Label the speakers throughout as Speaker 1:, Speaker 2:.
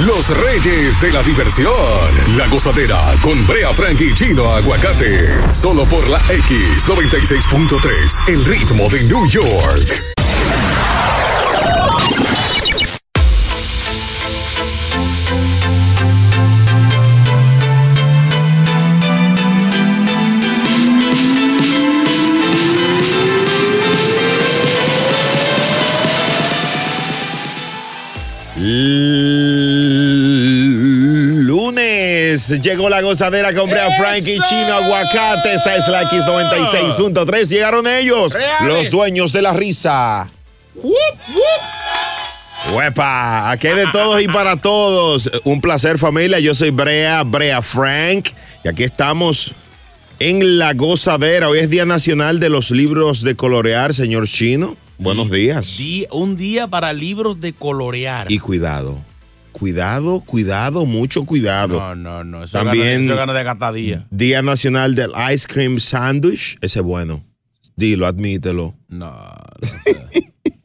Speaker 1: Los reyes de la diversión. La gozadera con Brea Frank y Chino Aguacate. Solo por la X96.3, el ritmo de New York.
Speaker 2: Lunes llegó la gozadera con Brea Frankie, Chino Aguacate. Esta es la X96.3. Llegaron ellos, los dueños de la risa. ¡Huepa! Aquí hay de todos y para todos. Un placer, familia. Yo soy Brea, Brea Frank. Y aquí estamos en la gozadera. Hoy es Día Nacional de los Libros de Colorear, señor Chino. Buenos días.
Speaker 3: Di- un día para libros de colorear.
Speaker 2: Y cuidado. Cuidado, cuidado, mucho cuidado.
Speaker 3: no, no, no. Eso
Speaker 2: También-
Speaker 3: También. Gana, eso gana de catadía.
Speaker 2: Día Nacional del Ice Cream Sandwich. Ese es bueno. Dilo, admítelo.
Speaker 3: No. o sea,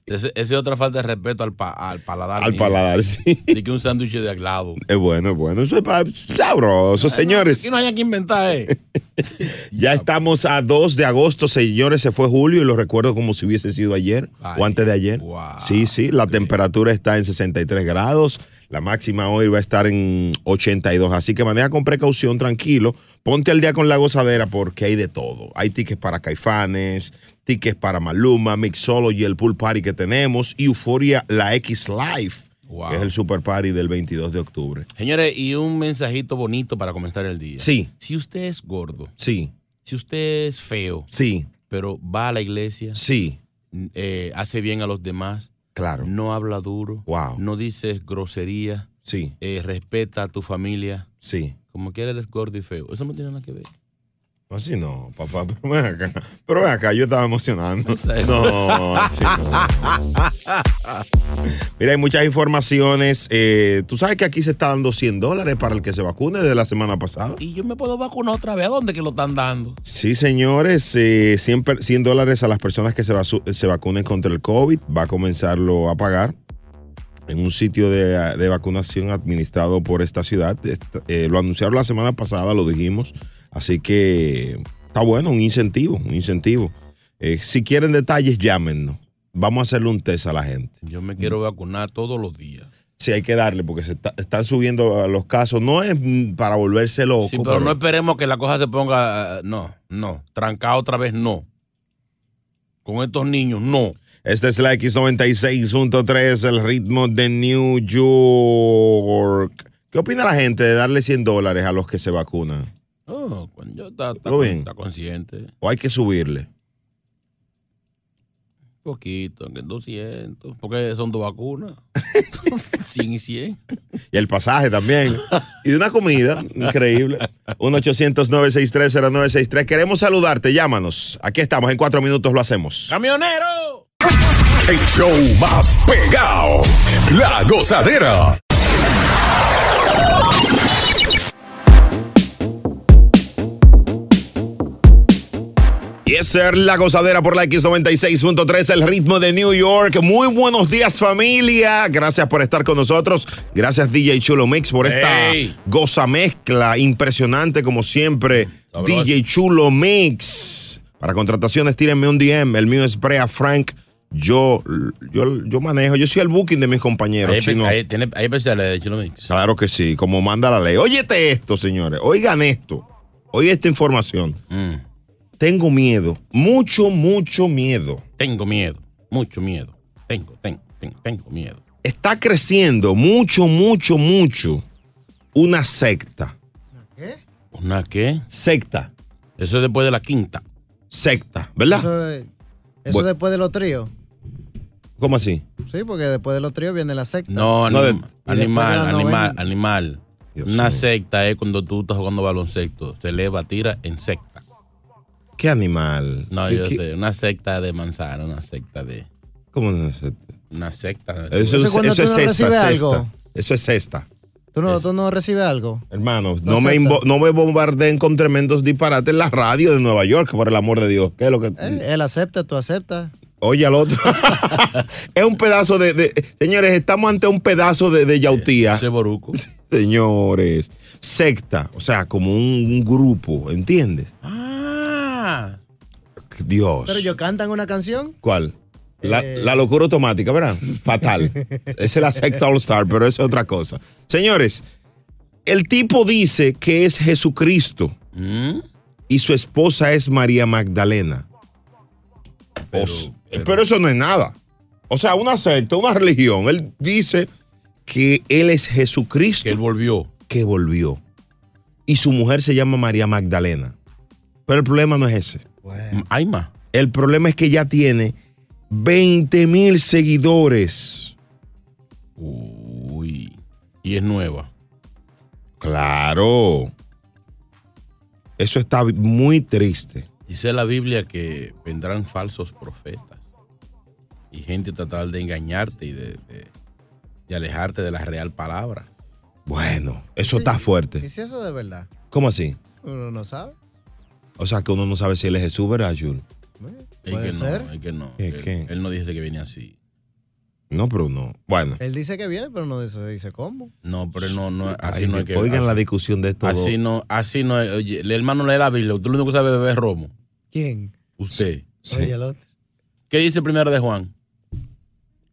Speaker 3: Ese ese es otra falta de respeto al, pa- al paladar.
Speaker 2: Al
Speaker 3: mío.
Speaker 2: paladar, sí.
Speaker 3: Y que un sándwich de aglado.
Speaker 2: Es bueno, es bueno. Eso es pa- sabroso, señores.
Speaker 3: Aquí no hay que inventar, eh. Ah,
Speaker 2: Ya estamos a 2 de agosto, señores. Se fue julio y lo recuerdo como si hubiese sido ayer
Speaker 3: Ay,
Speaker 2: o antes de ayer.
Speaker 3: guau.
Speaker 2: Sí, sí. La temperatura está en 63 grados. La máxima hoy va a estar en 82. Así que maneja con precaución, tranquilo. Ponte al día con la gozadera porque hay de todo. Hay tickets para Caifanes, tickets para Maluma, Mixology, el pool party que tenemos y Euforia, la X Live,
Speaker 3: Wow.
Speaker 2: que es el super party del 22 de octubre.
Speaker 3: Señores, y un mensajito bonito para comenzar el día.
Speaker 2: Sí,
Speaker 3: Si usted es gordo,
Speaker 2: sí,
Speaker 3: si usted es feo,
Speaker 2: sí,
Speaker 3: pero va a la iglesia,
Speaker 2: sí.
Speaker 3: eh, hace bien a los demás,
Speaker 2: Claro.
Speaker 3: no habla duro,
Speaker 2: Wow.
Speaker 3: no dices grosería,
Speaker 2: Sí,
Speaker 3: eh, respeta a tu familia,
Speaker 2: sí.
Speaker 3: como quiera eres gordo y feo. Eso no tiene nada que ver.
Speaker 2: Así no, papá, pero ven acá. Pero ven acá, yo estaba emocionando.
Speaker 3: serio.
Speaker 2: No, así no. Mira, hay muchas informaciones. Eh, Tú sabes que aquí se está dando 100 dólares para el que se vacune desde la semana pasada.
Speaker 3: Y yo me puedo vacunar otra vez. ¿A dónde que lo están dando?
Speaker 2: Sí, señores, eh, 100, per- 100 dólares a las personas que se, vasu- se vacunen contra el COVID. Va a comenzarlo a pagar en un sitio de, de vacunación administrado por esta ciudad. Esta- eh, lo anunciaron la semana pasada, lo dijimos. Así que está bueno, un incentivo, un incentivo. Eh, si quieren detalles, llámenos. Vamos a hacerle un test a la gente.
Speaker 3: Yo me quiero vacunar todos los días.
Speaker 2: Sí, hay que darle porque se está- están subiendo los casos. No es mm, para volverse loco.
Speaker 3: Sí, pero no esperemos que la cosa se ponga. eh, No, no. Trancada otra vez, no. Con estos niños, no.
Speaker 2: Esta Este es la X96.3, el ritmo de New York. ¿Qué opina la gente de darle 100 dólares a los que se vacunan?
Speaker 3: No, cuando yo está, está-
Speaker 2: ¿Todo bien?
Speaker 3: está consciente.
Speaker 2: ¿O hay que subirle?
Speaker 3: Poquito, que 200. Porque son dos vacunas. 100 y 100.
Speaker 2: Y el pasaje también. Y una comida, increíble. 1-800-963-0963. Queremos saludarte, llámanos. Aquí estamos, en cuatro minutos lo hacemos.
Speaker 3: ¡Camionero!
Speaker 1: El show más pegado. La gozadera.
Speaker 2: Y es ser la gozadera por la X96.3, el ritmo de New York. Muy buenos días, familia. Gracias por estar con nosotros. Gracias, DJ Chulo Mix, por esta
Speaker 3: Ey.
Speaker 2: goza mezcla impresionante, como siempre.
Speaker 3: Sabroso.
Speaker 2: DJ Chulo Mix. Para contrataciones, tírenme un DM. El mío es Brea Frank Yo, yo, yo manejo, yo soy el booking de mis compañeros
Speaker 3: Hay,
Speaker 2: chinos.
Speaker 3: hay- tiene- hay especialidades de Chino Mix.
Speaker 2: Claro que sí, como manda la ley. Óyete esto, señores. Oigan esto. Oye esta información.
Speaker 3: Mm.
Speaker 2: Tengo miedo, mucho, mucho miedo.
Speaker 3: Tengo miedo, mucho miedo. Tengo, tengo, tengo, tengo miedo.
Speaker 2: Está creciendo mucho, mucho, mucho una secta.
Speaker 3: ¿Una qué?
Speaker 2: Secta,
Speaker 3: Eso es después de la quinta.
Speaker 2: secta, ¿verdad?
Speaker 4: Eso, es- eso
Speaker 2: Bueno.
Speaker 4: después de los tríos.
Speaker 2: ¿Cómo así?
Speaker 4: Sí, porque después de los tríos viene la secta.
Speaker 3: No,
Speaker 2: No,
Speaker 3: anim-
Speaker 2: de-
Speaker 4: y después de la
Speaker 3: animal, animal,
Speaker 4: novena.
Speaker 3: animal.
Speaker 2: Dios
Speaker 3: Una
Speaker 2: mío.
Speaker 3: secta es cuando tú estás jugando baloncesto. Se eleva, tira en secta.
Speaker 2: ¿Qué animal?
Speaker 3: No,
Speaker 2: ¿Qué-
Speaker 3: yo
Speaker 2: qué-
Speaker 3: sé. Una secta de manzana, una secta de.
Speaker 2: ¿Cómo una secta?
Speaker 3: Una secta. de-
Speaker 2: Eso,
Speaker 4: Eso
Speaker 2: es-
Speaker 4: cuando
Speaker 2: eso
Speaker 4: tú
Speaker 2: es
Speaker 4: no
Speaker 2: cesta,
Speaker 4: recibes
Speaker 2: cesta.
Speaker 4: algo.
Speaker 2: Eso es cesta.
Speaker 4: ¿Tú no,
Speaker 3: es-
Speaker 4: tú no recibes algo.
Speaker 2: Hermano,
Speaker 4: No
Speaker 2: no, me
Speaker 4: acepta.
Speaker 2: invo- no me bombardeen con tremendos disparates en la radio de Nueva York, por el amor de Dios. ¿Qué es lo que.?
Speaker 4: Eh, él acepta, tú aceptas.
Speaker 2: Oye al otro. es un pedazo de, de- Señores, estamos ante un pedazo de, de yautía.
Speaker 3: Ese boruco.
Speaker 2: Señores, secta, o sea, como un, un grupo, ¿entiendes?
Speaker 3: Ah.
Speaker 2: Dios.
Speaker 4: Pero ellos cantan una canción.
Speaker 2: ¿Cuál? La,
Speaker 4: Eh.
Speaker 2: la locura automática, ¿verdad? Fatal. Esa es la secta All Star, pero eso es otra cosa. Señores, el tipo dice que es Jesucristo
Speaker 3: Mm.
Speaker 2: y su esposa es María Magdalena.
Speaker 3: Pero-
Speaker 2: O s- eh,
Speaker 3: pero-
Speaker 2: pero, eso no es nada. O sea, una secta, una religión. Él dice que él es Jesucristo
Speaker 3: Que él volvió.
Speaker 2: que volvió. Y su mujer se llama María Magdalena. Pero el problema no es ese.
Speaker 3: Hay más.
Speaker 2: El problema es que ya tiene 20 mil seguidores.
Speaker 3: Uy. Y es nueva.
Speaker 2: Claro. Eso está muy triste.
Speaker 3: Dice la Biblia que vendrán falsos profetas y gente tratar de engañarte y de, de- de alejarte de la real palabra.
Speaker 2: Bueno, eso está
Speaker 4: ¿Y
Speaker 2: fuerte.
Speaker 4: si eso de verdad?
Speaker 2: ¿Cómo así?
Speaker 4: Uno no sabe.
Speaker 2: O sea, que uno no sabe si él es Jesús, ¿verdad, Jul?
Speaker 3: Es
Speaker 4: Puede
Speaker 3: que
Speaker 4: ser.
Speaker 3: no, es que no.
Speaker 2: ¿Qué,
Speaker 3: él,
Speaker 2: qué?
Speaker 3: él no dice que viene así.
Speaker 2: No, pero no. Bueno.
Speaker 4: Él dice que viene, pero no dice, dice cómo.
Speaker 3: No, pero él no, no así
Speaker 2: Ay,
Speaker 3: no es que
Speaker 2: oigan
Speaker 3: así,
Speaker 2: la discusión de esto.
Speaker 3: así no, así no es. Oye, el hermano lee la Biblia. Tú lo único que sabes es beber romo.
Speaker 4: ¿Quién?
Speaker 3: Usted.
Speaker 4: Oye, el otro.
Speaker 3: ¿Qué dice primero de Juan?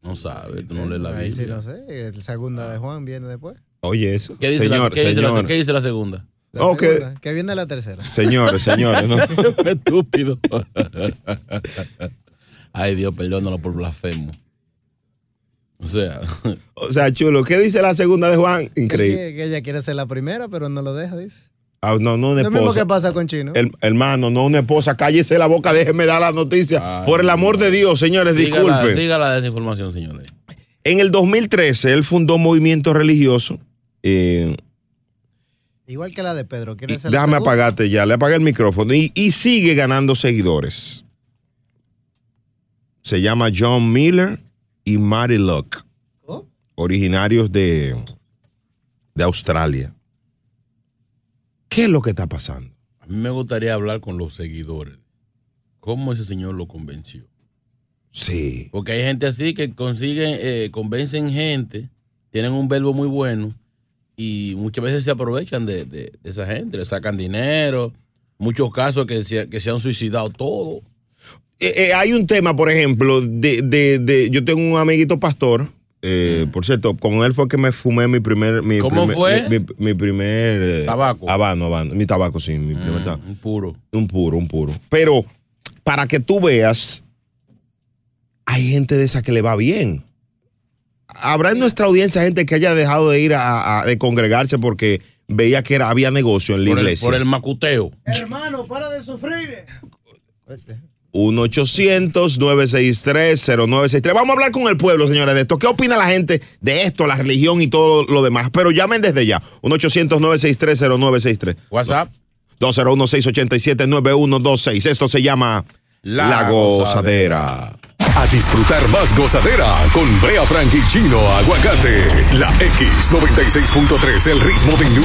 Speaker 3: No sabe, tú no lees la
Speaker 4: Ahí sí,
Speaker 3: Biblia.
Speaker 4: no sé. La segunda de Juan viene después.
Speaker 2: Ah. Oye, eso.
Speaker 3: ¿Qué dice, la,
Speaker 2: señor,
Speaker 3: qué dice la-
Speaker 2: señor,
Speaker 3: qué dice la segunda?
Speaker 4: La
Speaker 2: Ok.
Speaker 4: segunda, que viene la tercera.
Speaker 2: señores, señores, no.
Speaker 3: Estúpido. Ay, Dios, perdónalo por blasfemo. O sea,
Speaker 2: O sea, chulo, ¿qué dice la segunda de Juan? Increíble.
Speaker 4: Que, que ella quiere ser la primera, pero no lo deja, dice.
Speaker 2: Ah, no, no una
Speaker 4: Lo mismo que
Speaker 2: esposa.
Speaker 4: pasa con Chino.
Speaker 2: Her- hermano, no una esposa. Cállese la boca, déjeme dar la noticia.
Speaker 3: Ay,
Speaker 2: Por el amor de Dios, señores,
Speaker 3: siga la,
Speaker 2: disculpen.
Speaker 3: siga la desinformación, señores.
Speaker 2: En el 2013, él fundó un movimiento religioso. eh,
Speaker 4: Igual que la de Pedro.
Speaker 2: y-
Speaker 4: Quiere ser la
Speaker 2: déjame
Speaker 4: segunda.
Speaker 2: apagarte ya, le apagué el micrófono. Y, y sigue ganando seguidores. Se llama John Miller y Mary Locke,
Speaker 4: Oh,
Speaker 2: originarios de, de Australia. ¿Qué es lo que está pasando?
Speaker 3: A mí me gustaría hablar con los seguidores. ¿Cómo ese señor lo convenció?
Speaker 2: Sí.
Speaker 3: Porque hay gente así que consiguen, eh, convencen gente, tienen un verbo muy bueno y muchas veces se aprovechan de, de- de esa gente, le sacan dinero. Muchos casos que se, que se han suicidado todo.
Speaker 2: Eh, eh, hay un tema, por ejemplo, de, de- de- yo tengo un amiguito pastor. eh, Por cierto, con él fue que me fumé mi primer. Mi
Speaker 3: Mm. ¿Cómo
Speaker 2: primer-
Speaker 3: fue?
Speaker 2: Mi, mi- mi primer. eh,
Speaker 3: Tabaco.
Speaker 2: Habano, habano. Mi tabaco, sí. Mi primer tabaco.
Speaker 3: Mm, puro.
Speaker 2: Un puro, un puro. Pero para que tú veas, hay gente de esa que le va bien. Habrá en nuestra audiencia gente que haya dejado de ir a, a- de congregarse porque veía que era, había negocio en la
Speaker 3: Por el,
Speaker 2: iglesia.
Speaker 3: por el macuteo.
Speaker 4: Hermano, para de sufrir.
Speaker 2: 1-800-963-0963. Vamos a hablar con el pueblo, señores, de esto. ¿Qué opina la gente de esto, la religión y todo lo demás? Pero llamen desde ya. 1-800-963-0963.
Speaker 3: WhatsApp.
Speaker 2: 201-687-9126. Esto se llama La,
Speaker 3: La
Speaker 2: Gozadera.
Speaker 5: Ah,
Speaker 1: A disfrutar más gozadera con Brea Frank y Chino Aguacate. La X96.3, el ritmo de New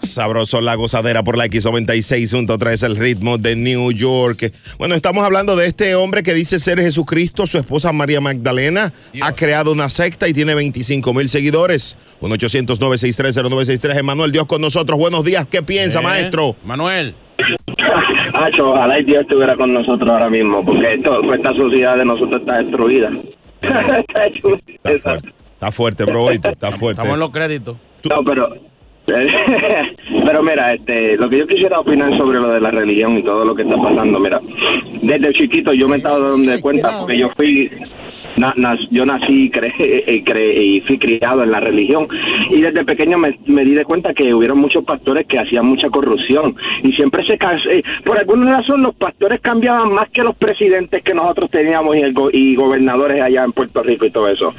Speaker 2: Sabroso la gozadera por la X96.3, el ritmo de New York. Bueno, estamos hablando de este hombre que dice ser Jesucristo, su esposa María Magdalena ha creado una secta y tiene 25 mil seguidores. 1-800-963-0963. Emanuel, Dios con nosotros. Buenos días, ¿qué piensa,
Speaker 3: Eh,
Speaker 2: maestro?
Speaker 3: Manuel.
Speaker 6: Hacho, ojalá y Dios estuviera con nosotros ahora mismo, porque esto, pues, esta sociedad de nosotros está destruida.
Speaker 2: Está fuerte, está fuerte, bro. Está fuerte.
Speaker 3: Estamos en los créditos.
Speaker 6: No, pero... Pero mira, este, lo que yo quisiera opinar sobre lo de la religión y todo lo que está pasando, mira, desde chiquito yo me estaba dando cuenta porque yo fui, na- na- yo nací y, cre- y cre- y fui criado en la religión y desde pequeño me, me di de cuenta que hubieron muchos pastores que hacían mucha corrupción y siempre se can- eh, por alguna razón los pastores cambiaban más que los presidentes que nosotros teníamos y, el go- y gobernadores allá en Puerto Rico y todo eso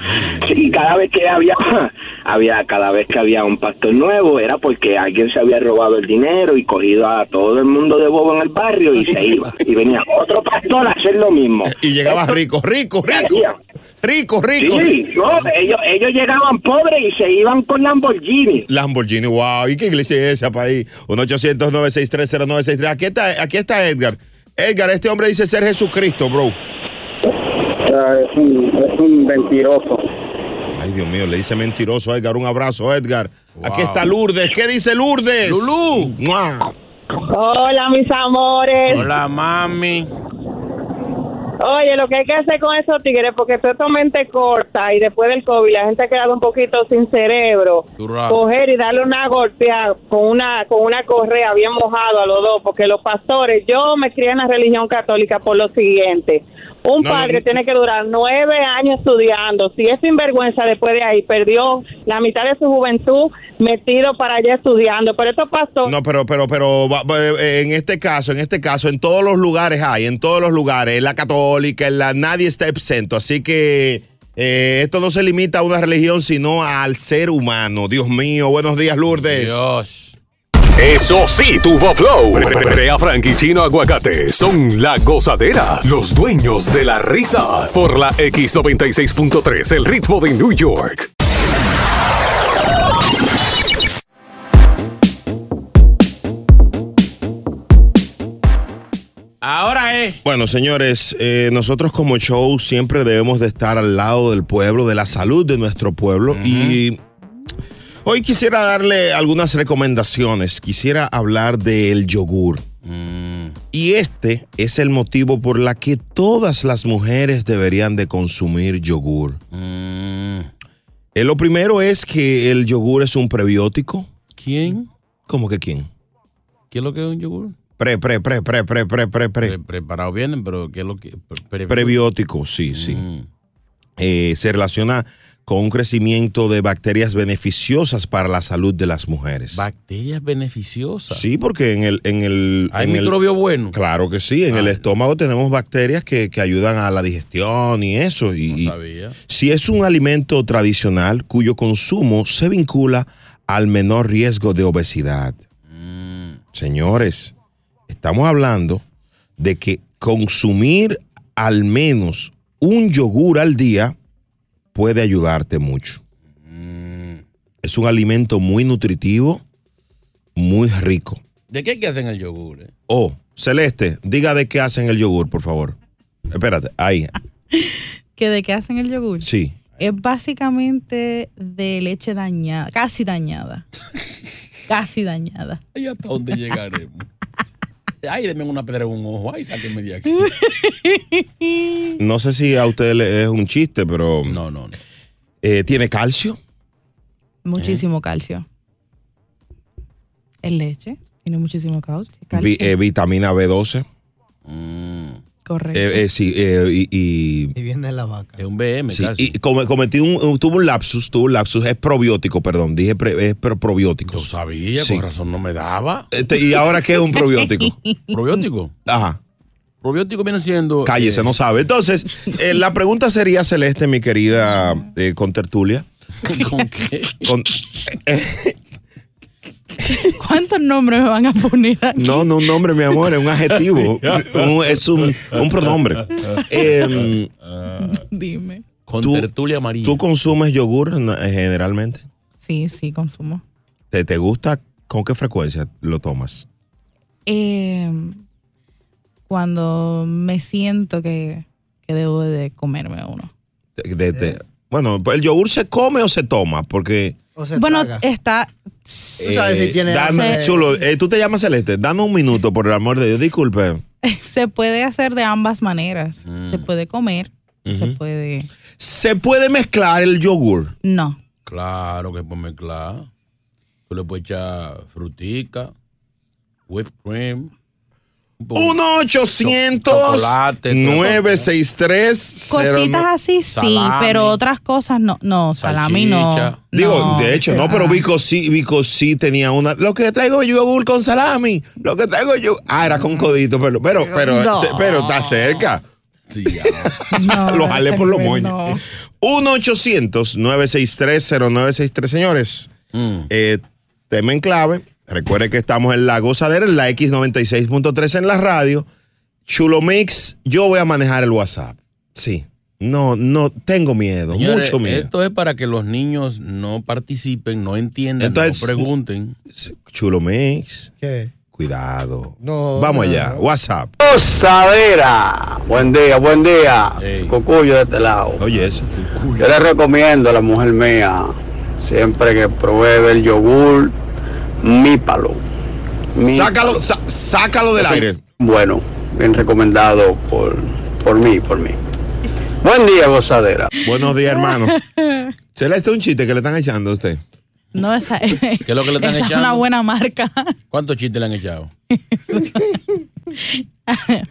Speaker 6: y cada vez que había había cada vez que había un pastor nuevo era porque alguien se había robado el dinero y cogido a todo el mundo de bobo en el barrio y se iba y venía otro pastor a hacer lo mismo
Speaker 2: Y llegaba rico, rico, rico. Rico, rico.
Speaker 6: sí, no, ellos ellos llegaban pobres y se iban con Lamborghini
Speaker 2: Lamborghini, wow. ¿Y qué iglesia es esa país? 1-800-963-0963. Aquí está, aquí está Edgar. Edgar, este hombre dice ser Jesucristo, bro.
Speaker 7: es, un, es un mentiroso.
Speaker 2: Ay, Dios mío, le dice mentiroso a Edgar. Un abrazo, Edgar. Aquí está Lourdes. ¿Qué dice Lourdes? Lulú. ¡Mua!
Speaker 8: Hola, mis amores.
Speaker 3: Hola, mami.
Speaker 8: Oye, lo que hay que hacer con esos tigres, porque totalmente corta y después del COVID la gente ha quedado un poquito sin cerebro.
Speaker 3: Durán.
Speaker 8: Coger y darle una golpeada con una, con una correa bien mojado a los dos, porque los pastores, yo me crié en la religión católica por lo siguiente. Un padre tiene que durar nueve años estudiando. Si es sinvergüenza después de ahí, perdió la mitad de su juventud metido para allá estudiando. Pero estos pastores...
Speaker 2: No, pero, pero, pero va- va- eh, en este caso, en este caso, en todos los lugares hay, en todos los lugares, en la católica, en la, nadie está exento. Así que eh, esto no se limita a una religión, sino al ser humano. Dios mío, buenos días, Lourdes.
Speaker 3: Dios.
Speaker 1: Eso sí, tuvo flow. Brea Frank y Chino Aguacate son la gozadera, los dueños de la risa. Por la X96.3, el ritmo de New York.
Speaker 3: Ahora es.
Speaker 2: Bueno, señores, eh, nosotros como show siempre debemos de estar al lado del pueblo, de la salud de nuestro pueblo. Y hoy quisiera darle algunas recomendaciones. Quisiera hablar del yogur.
Speaker 3: Mm.
Speaker 2: Y este es el motivo por la que todas las mujeres deberían de consumir yogur.
Speaker 3: Mm.
Speaker 2: Eh, lo primero es que el yogur es un prebiótico.
Speaker 3: ¿Quién?
Speaker 2: ¿Cómo que quién?
Speaker 3: ¿Qué es lo que es un yogur?
Speaker 2: Pre, pre, pre, pre, pre, pre, pre, pre.
Speaker 3: Preparado vienen, pero ¿qué es lo que.? pre- pre- Mm.
Speaker 2: Prebiótico, sí, sí. Eh, se relaciona con un crecimiento de bacterias beneficiosas para la salud de las mujeres.
Speaker 3: Bacterias beneficiosas.
Speaker 2: Sí, porque en el... En el
Speaker 3: Hay
Speaker 2: en el-
Speaker 3: microbios buenos.
Speaker 2: Claro que sí, en el estómago tenemos bacterias que, que ayudan a la digestión y eso. Y, y Si es un alimento tradicional cuyo consumo se vincula al menor riesgo de obesidad. Señores, estamos hablando de que consumir al menos un yogur al día puede ayudarte mucho. Es un alimento muy nutritivo, muy rico.
Speaker 3: ¿De qué es que hacen el yogur? eh?
Speaker 2: Oh, Celeste, diga de qué hacen el yogur, por favor. Espérate, ahí.
Speaker 9: que de qué hacen el yogur.
Speaker 2: Sí.
Speaker 9: Es básicamente de leche dañada, casi dañada. casi dañada.
Speaker 3: ¿Y hasta dónde llegaremos? Ay, denme una pedra en un ojo. Ay, sáquenme de aquí.
Speaker 2: No sé si a usted le- es un chiste, pero. No, no, ¿Tiene calcio?
Speaker 9: Muchísimo calcio. Es leche. Tiene muchísimo cal- calcio.
Speaker 2: Vi- eh, vitamina B12.
Speaker 9: Correcto.
Speaker 2: Eh, eh, sí, eh, y- y
Speaker 4: Y viene la vaca.
Speaker 3: Es un BM,
Speaker 2: Sí, y come- cometí un, un- tuvo un lapsus, tuvo un lapsus, es probiótico, perdón, dije pre- es pro- probiótico. Yo
Speaker 3: sabía, con razón no me daba.
Speaker 2: Este, ¿Y ahora qué es un probiótico?
Speaker 3: ¿Probiótico?
Speaker 2: Ajá.
Speaker 3: Probiótico viene siendo.
Speaker 2: Cállese, no sabe. Entonces, eh, la pregunta sería, Celeste, mi querida eh, contertulia.
Speaker 3: ¿Con qué?
Speaker 9: ¿Cuántos nombres me van a poner aquí?
Speaker 2: no, no un nombre, mi amor, es un adjetivo. Un- es un, un pronombre. Em,
Speaker 9: Dime.
Speaker 3: Con tertulia amarilla.
Speaker 2: ¿Tú consumes yogur na- eh, generalmente?
Speaker 9: Sí, sí, consumo.
Speaker 2: ¿Te, ¿Te gusta? ¿Con qué frecuencia lo tomas?
Speaker 9: Eh, cuando me siento que, que debo de comerme uno.
Speaker 2: De- de- de- bueno, ¿el yogur se come o se toma? Porque...
Speaker 9: bueno, está...
Speaker 2: Eh, dan- Chulo, eh, tú te llamas Celeste. Danos un minuto, por el amor de Dios. Disculpe.
Speaker 9: Se puede hacer de ambas maneras. Se puede comer, se
Speaker 2: Ujú.
Speaker 9: puede...
Speaker 2: ¿Se puede mezclar el yogur?
Speaker 9: No.
Speaker 3: Claro que puedes mezclar. Tú le puedes echar frutica, whipped cream. Chocolate,
Speaker 2: 1-800
Speaker 3: todo.
Speaker 2: 963
Speaker 9: Cositas así, sí,
Speaker 2: Salami.
Speaker 9: pero otras cosas no. No, salami no.
Speaker 2: Digo,
Speaker 9: No,
Speaker 2: de hecho, no, pero Vico sí, Vico sí tenía una. Lo que traigo es yogur con salami. Lo que traigo es yogur. Ah, era con codito, pero, pero, pero,
Speaker 10: No.
Speaker 2: se- pero está cerca. lo jalé por los moños. 1-800-963-0963. Señores,
Speaker 3: Mm.
Speaker 2: eh, tema en clave. Recuerden que estamos en la gozadera, en la X96.3 en la radio. Chulo Mix, yo voy a manejar el WhatsApp. Sí. No, no, tengo miedo,
Speaker 3: Señores,
Speaker 2: mucho miedo.
Speaker 3: Esto es para que los niños no participen, no entiendan,
Speaker 2: Entonces,
Speaker 3: no pregunten.
Speaker 2: Chulo Mix,
Speaker 4: ¿Qué?
Speaker 2: cuidado. Vamos allá, WhatsApp.
Speaker 11: Gozadera. Buen día, buen día. Cucuyo de este lado.
Speaker 2: Oye, eso.
Speaker 11: Yo le recomiendo a la mujer mía, siempre que pruebe el yogur, mípalo.
Speaker 2: Sácalo, sa- sácalo del
Speaker 11: Eso-
Speaker 2: aire.
Speaker 11: Bueno, bien recomendado por, por mí, por mí. Buen día, gozadera.
Speaker 2: Buenos días, hermano. Celeste, un chiste que le están echando a usted.
Speaker 9: No, esa,
Speaker 3: es lo que le están
Speaker 9: esa es
Speaker 3: echando?
Speaker 9: una buena marca.
Speaker 3: ¿Cuántos chistes le han echado?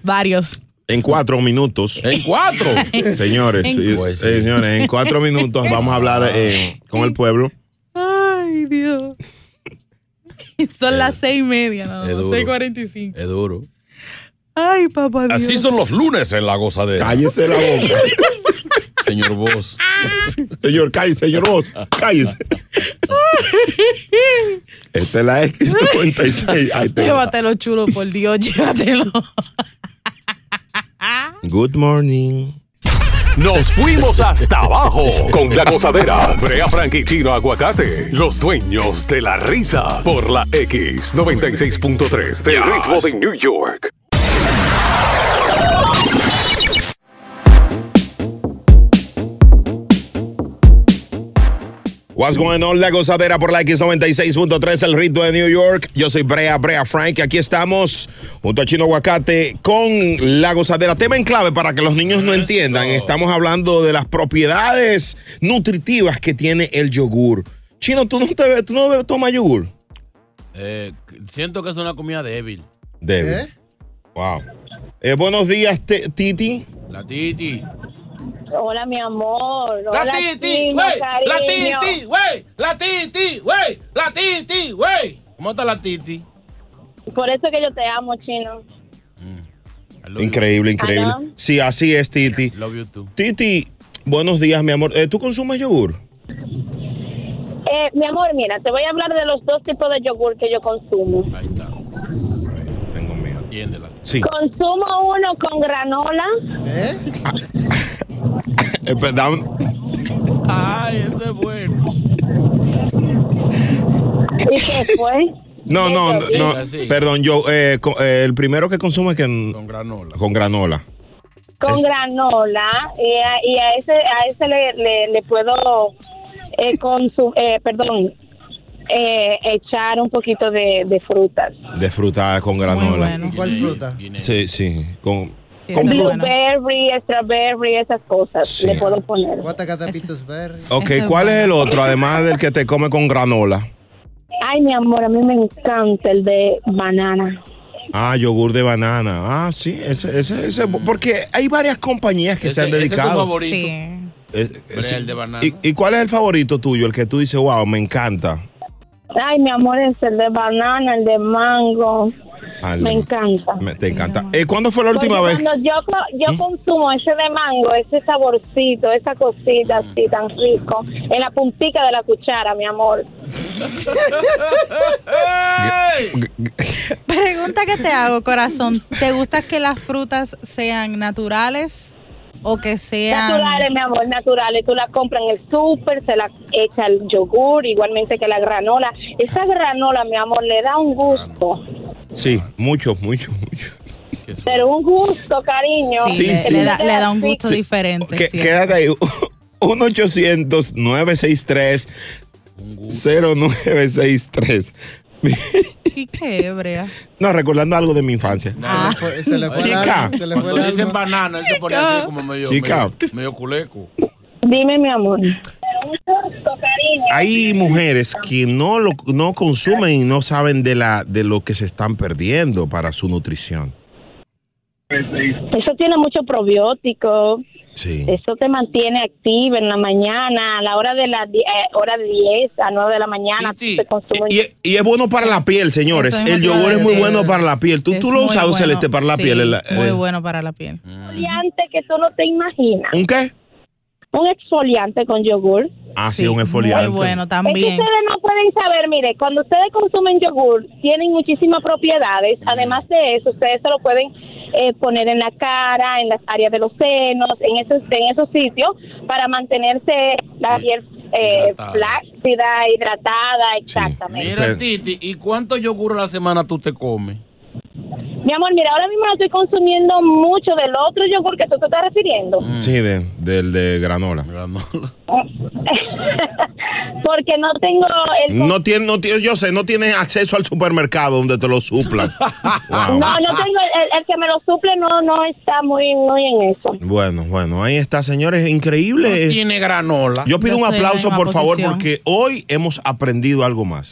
Speaker 9: Varios.
Speaker 2: En cuatro minutos.
Speaker 3: ¿En cuatro?
Speaker 2: Señores,
Speaker 9: En-
Speaker 2: sí, eh,
Speaker 9: Pues sí.
Speaker 2: señores, en cuatro minutos vamos a hablar eh, con el pueblo.
Speaker 9: Ay, Dios. Son las seis y media, nada
Speaker 3: Eh, es
Speaker 9: más.
Speaker 3: duro.
Speaker 9: Seis cuarenta y cinco.
Speaker 3: Es duro.
Speaker 9: Ay, papá Dios.
Speaker 3: Así son los lunes en la gozadera.
Speaker 2: Cállese la boca.
Speaker 3: Señor Vos.
Speaker 2: Señor, cállese, señor Vos. Cállese. Esta es la X96. Ahí te va.
Speaker 9: Llévatelo chulo, por Dios, llévatelo.
Speaker 2: Good morning.
Speaker 1: Nos fuimos hasta abajo con la gozadera. Brea Frank y Chino Aguacate, los dueños de la risa por la X96.3 del ritmo de New York.
Speaker 2: What's going on? La gozadera por la X96.3, el ritmo de New York. Yo soy Brea, Brea Frank. Aquí estamos junto a Chino Aguacate con la gozadera. Tema en clave para que los niños no entiendan. Estamos hablando de las propiedades nutritivas que tiene el yogur. Chino, ¿tú no, te, bebes- tú no bebes- tomas yogur?
Speaker 3: Eh, siento que es una comida débil.
Speaker 2: Debe.
Speaker 3: ¿Eh?
Speaker 2: Wow. Eh, buenos días, Te- Titi.
Speaker 3: La Titi.
Speaker 12: Hola, mi amor. Hola,
Speaker 3: La Titi,
Speaker 12: Chino,
Speaker 3: güey. La
Speaker 12: cariño.
Speaker 3: Titi, güey. La Titi, güey. La Titi, güey. ¿Cómo está la Titi?
Speaker 12: Por eso que yo te amo, chino.
Speaker 2: Increíble, increíble.
Speaker 12: Hello.
Speaker 2: Sí, así es, Titi. Titi, buenos días, mi amor. Eh, ¿Tú consumes yogur?
Speaker 12: Eh, mi amor, mira, te voy a hablar de los dos tipos de yogur que yo consumo.
Speaker 3: Entiéndela.
Speaker 2: Sí.
Speaker 12: Consumo uno con granola.
Speaker 2: Eh, perdón.
Speaker 3: Ay, eso es bueno.
Speaker 12: ¿Y qué fue?
Speaker 2: No, no, no,
Speaker 3: Siga,
Speaker 2: no,
Speaker 3: siga.
Speaker 2: perdón, yo, eh, co- eh, el primero que consumo es que...
Speaker 3: Con granola.
Speaker 2: Con granola.
Speaker 12: con granola eh, y a ese a ese le, le, le puedo eh, con su eh, perdón eh, echar un poquito de, de frutas
Speaker 2: De fruta con granola.
Speaker 4: ¿Cuál fruta?
Speaker 2: Sí, sí. Con, con fru-
Speaker 12: blueberry strawberry esas cosas
Speaker 2: Sí.
Speaker 12: le puedo poner
Speaker 2: Ok, ¿cuál es el otro? Además del que te come con granola.
Speaker 12: ay mi amor a mí me encanta el de banana
Speaker 2: Ah, yogur de banana. Ah, sí, ese, ese, ese. Porque hay varias compañías que se han
Speaker 3: Mm. Ese- ese es tu
Speaker 2: dedicado.
Speaker 3: favorito.
Speaker 2: Eh, eh,
Speaker 3: Pero es el de banana.
Speaker 2: ¿Y, y cuál es el favorito tuyo? El que tú dices, wow, me encanta.
Speaker 12: ay mi amor es el de banana el de mango
Speaker 2: Ah,
Speaker 12: me
Speaker 2: le-
Speaker 12: encanta
Speaker 2: me- te encanta. Eh, ¿Cuándo fue la última
Speaker 12: Porque
Speaker 2: vez? ¿Mm?
Speaker 12: Cuando yo, co- yo consumo ese de mango, ese saborcito, esa cosita así tan rico, en la puntica de la cuchara, mi amor.
Speaker 9: Pregunta que te hago, corazón. ¿Te gusta que las frutas sean naturales o que sean
Speaker 12: Naturales, mi amor, naturales. Tú la compras en el súper, se la echa el yogur, igualmente que la granola. Esa granola, mi amor, le da un gusto,
Speaker 2: Sí, mucho, mucho, mucho.
Speaker 12: pero un gusto, cariño.
Speaker 2: Sí,
Speaker 12: que
Speaker 2: sí.
Speaker 12: te
Speaker 9: le da, le da un
Speaker 12: así.
Speaker 9: gusto diferente?
Speaker 2: Que-
Speaker 9: sí.
Speaker 2: quédate ahí. 1-800-963-0963.
Speaker 9: Y qué hebrea.
Speaker 2: No, recordando algo de mi infancia.
Speaker 4: Se le fue
Speaker 2: Chica.
Speaker 4: la- se le fue
Speaker 3: Cuando
Speaker 4: la-
Speaker 3: dicen banana, él se pone así como medio,
Speaker 2: Chica.
Speaker 3: medio, medio culeco.
Speaker 12: Dime, mi amor.
Speaker 2: Hay mujeres que no lo no consumen y no saben de la de lo que se están perdiendo para su nutrición.
Speaker 12: Eso tiene mucho probiótico. Eso te mantiene activa en la mañana, a la hora de la di- eh, hora de 10 a 9 de la mañana. tú te consumes-
Speaker 2: Y, eh, y es bueno para la piel, señores.
Speaker 9: Eso mismo
Speaker 2: El
Speaker 9: te iba a
Speaker 2: yogur es muy
Speaker 9: decir.
Speaker 2: bueno para la piel. Tú,
Speaker 9: Es
Speaker 2: tú lo has
Speaker 9: muy
Speaker 2: usado,
Speaker 9: bueno,
Speaker 2: Celeste, para la
Speaker 9: sí,
Speaker 2: piel. el- eh? el-
Speaker 9: Muy bueno para la piel.
Speaker 12: exfoliante que tú no te imaginas.
Speaker 2: ¿Un qué?
Speaker 12: Un exfoliante con yogur.
Speaker 2: Ah, sí, un esfoliante.
Speaker 12: Es que ustedes no pueden saber, mire, cuando ustedes consumen yogur, tienen muchísimas propiedades. Además de eso, ustedes se lo pueden eh, poner en la cara, en las áreas de los senos, en esos, en esos sitios, para mantenerse la piel eh,
Speaker 3: hidratada.
Speaker 12: flácida, hidratada, exactamente.
Speaker 3: Mira, Titi, ¿y cuánto yogur a la semana tú te comes?
Speaker 12: Mi amor, mira, ahora mismo no estoy consumiendo mucho del otro yogur que tú te estás refiriendo.
Speaker 2: Sí, de- del de granola.
Speaker 12: Porque no tengo el...
Speaker 2: No tiene, no tiene, yo sé, no tiene acceso al supermercado donde te lo suplan.
Speaker 3: Ah,
Speaker 2: Wow.
Speaker 12: No, no tengo, el, el que me lo suple no, no está muy, muy en eso.
Speaker 2: Bueno, bueno, ahí está, señores, increíble.
Speaker 3: tiene granola.
Speaker 2: Eh, Yo pido un
Speaker 12: Yo estoy en la
Speaker 2: aplauso,
Speaker 12: misma
Speaker 2: por favor,
Speaker 12: posición.
Speaker 2: porque hoy hemos aprendido algo más.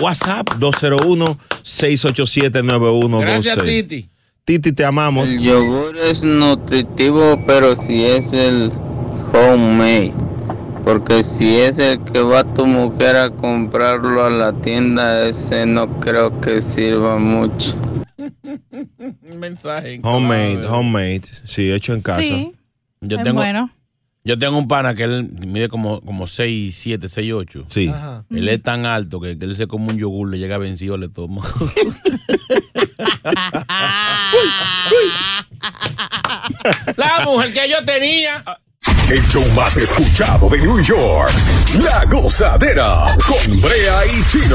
Speaker 2: WhatsApp 201-687-9112.
Speaker 13: Gracias, Titi.
Speaker 2: Titi, te amamos.
Speaker 13: El yogur es nutritivo, pero si es el homemade. Porque si es el que va tu mujer a comprarlo a la tienda, ese no creo que sirva mucho.
Speaker 3: Un mensaje.
Speaker 2: Homemade, homemade. Sí, hecho en casa.
Speaker 9: Sí.
Speaker 3: Yo
Speaker 9: es
Speaker 3: tengo,
Speaker 9: bueno.
Speaker 3: yo tengo un pana que él mide como, como 6, 7, 6, 8.
Speaker 2: Sí.
Speaker 9: Ajá.
Speaker 3: Él es tan alto que, que él se come un yogur, le llega vencido, le toma. La mujer que yo tenía.
Speaker 1: El show más escuchado de New York. La gozadera con Brea y Chino.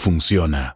Speaker 14: funciona.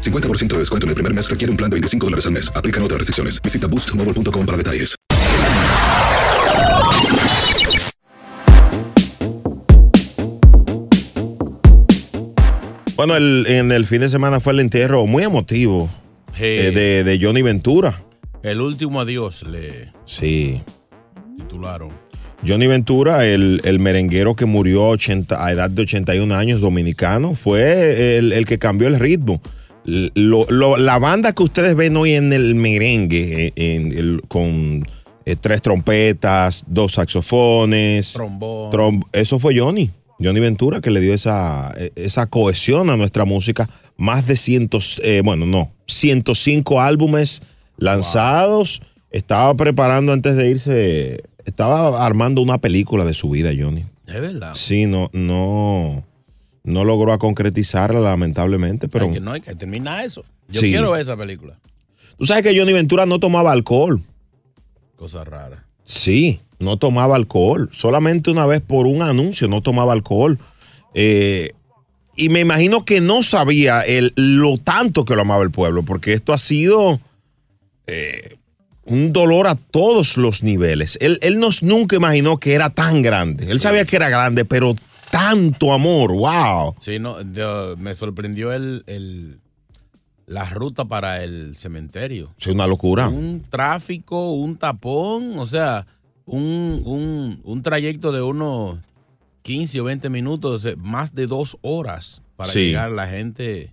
Speaker 15: 50% de descuento en el primer mes requiere un plan de 25 dólares al mes. Aplican otras restricciones. Visita boostmobile.com para detalles.
Speaker 2: Bueno, el- en el fin de semana fue el entierro muy emotivo
Speaker 3: Sí.
Speaker 2: eh, de, de Johnny Ventura.
Speaker 3: El último adiós le
Speaker 2: Sí.
Speaker 3: titularon.
Speaker 2: Johnny Ventura, el, el merenguero que murió 80 a edad de 81 años, dominicano, fue el, el que cambió el ritmo. L- lo- lo- la banda que ustedes ven hoy en el merengue, eh, en el- con eh, tres trompetas, dos saxofones, trombón. eso fue Johnny. Johnny Ventura que le dio esa, eh, esa cohesión a nuestra música. Más de cientos, eh, bueno, no, 105 álbumes lanzados. Estaba preparando antes de irse, estaba armando una película de su vida, Johnny.
Speaker 3: Es verdad.
Speaker 2: Sí, no, no, no logró a concretizarla, lamentablemente, pero
Speaker 3: Hay que, no hay que terminar eso. Yo
Speaker 2: Sí.
Speaker 3: quiero ver esa película.
Speaker 2: tú sabes que Johnny Ventura no tomaba alcohol.
Speaker 3: Cosa rara.
Speaker 2: Sí, no tomaba alcohol. Solamente una vez por un anuncio no tomaba alcohol. Eh, y me imagino que no sabía el- lo tanto que lo amaba el pueblo, porque esto ha sido eh, un dolor a todos los niveles. Él, él nos nunca imaginó que era tan grande. Él sabía que era grande, pero tanto amor, wow.
Speaker 3: Sí, no, yo- me sorprendió el, el- la ruta para el cementerio.
Speaker 2: Es una locura.
Speaker 3: Un tráfico, un tapón, o sea, un, un- un trayecto de unos 15 o 20 minutos, eh, más de dos horas para
Speaker 2: Sí.
Speaker 3: llegar la gente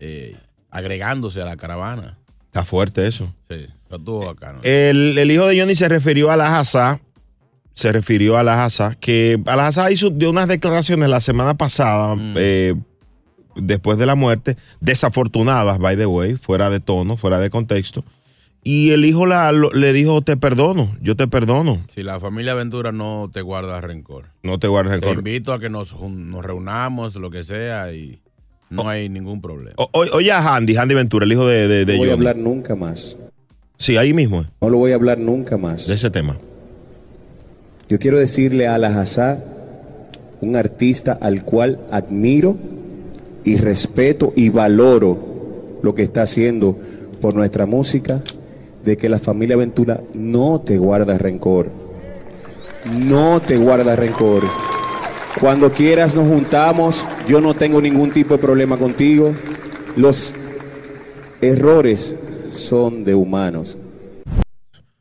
Speaker 3: eh, agregándose a la caravana.
Speaker 2: Está fuerte eso.
Speaker 3: Sí, lo
Speaker 2: Eh.
Speaker 3: tuvo bacano.
Speaker 2: El, el hijo de Johnny se refirió a la Haza, se refirió a la Haza, que a la Haza hizo dio unas declaraciones la semana pasada, eh, después de la muerte, desafortunadas, by the way, fuera de tono, fuera de contexto. Y el hijo la- lo- le dijo, te perdono, yo te perdono,
Speaker 3: Si la familia Ventura no te guarda rencor.
Speaker 2: no te guardes
Speaker 3: Te
Speaker 2: rencor.
Speaker 3: invito a que nos, jun- nos reunamos, lo que sea, y no
Speaker 2: Oh.
Speaker 3: hay ningún problema.
Speaker 2: O- o- oye a Handy, Handy Ventura, el hijo de, de, de
Speaker 16: No voy a
Speaker 2: Johnny.
Speaker 16: hablar nunca más.
Speaker 2: Sí, ahí mismo. eh.
Speaker 16: No lo voy a hablar nunca más.
Speaker 2: De ese tema.
Speaker 16: Yo quiero decirle a Alhazá, un artista al cual admiro y respeto y valoro lo que está haciendo por nuestra música, de que la familia Ventura no te guarda rencor. No te guarda rencor. Cuando quieras nos juntamos, yo no tengo ningún tipo de problema contigo. Los errores son de humanos.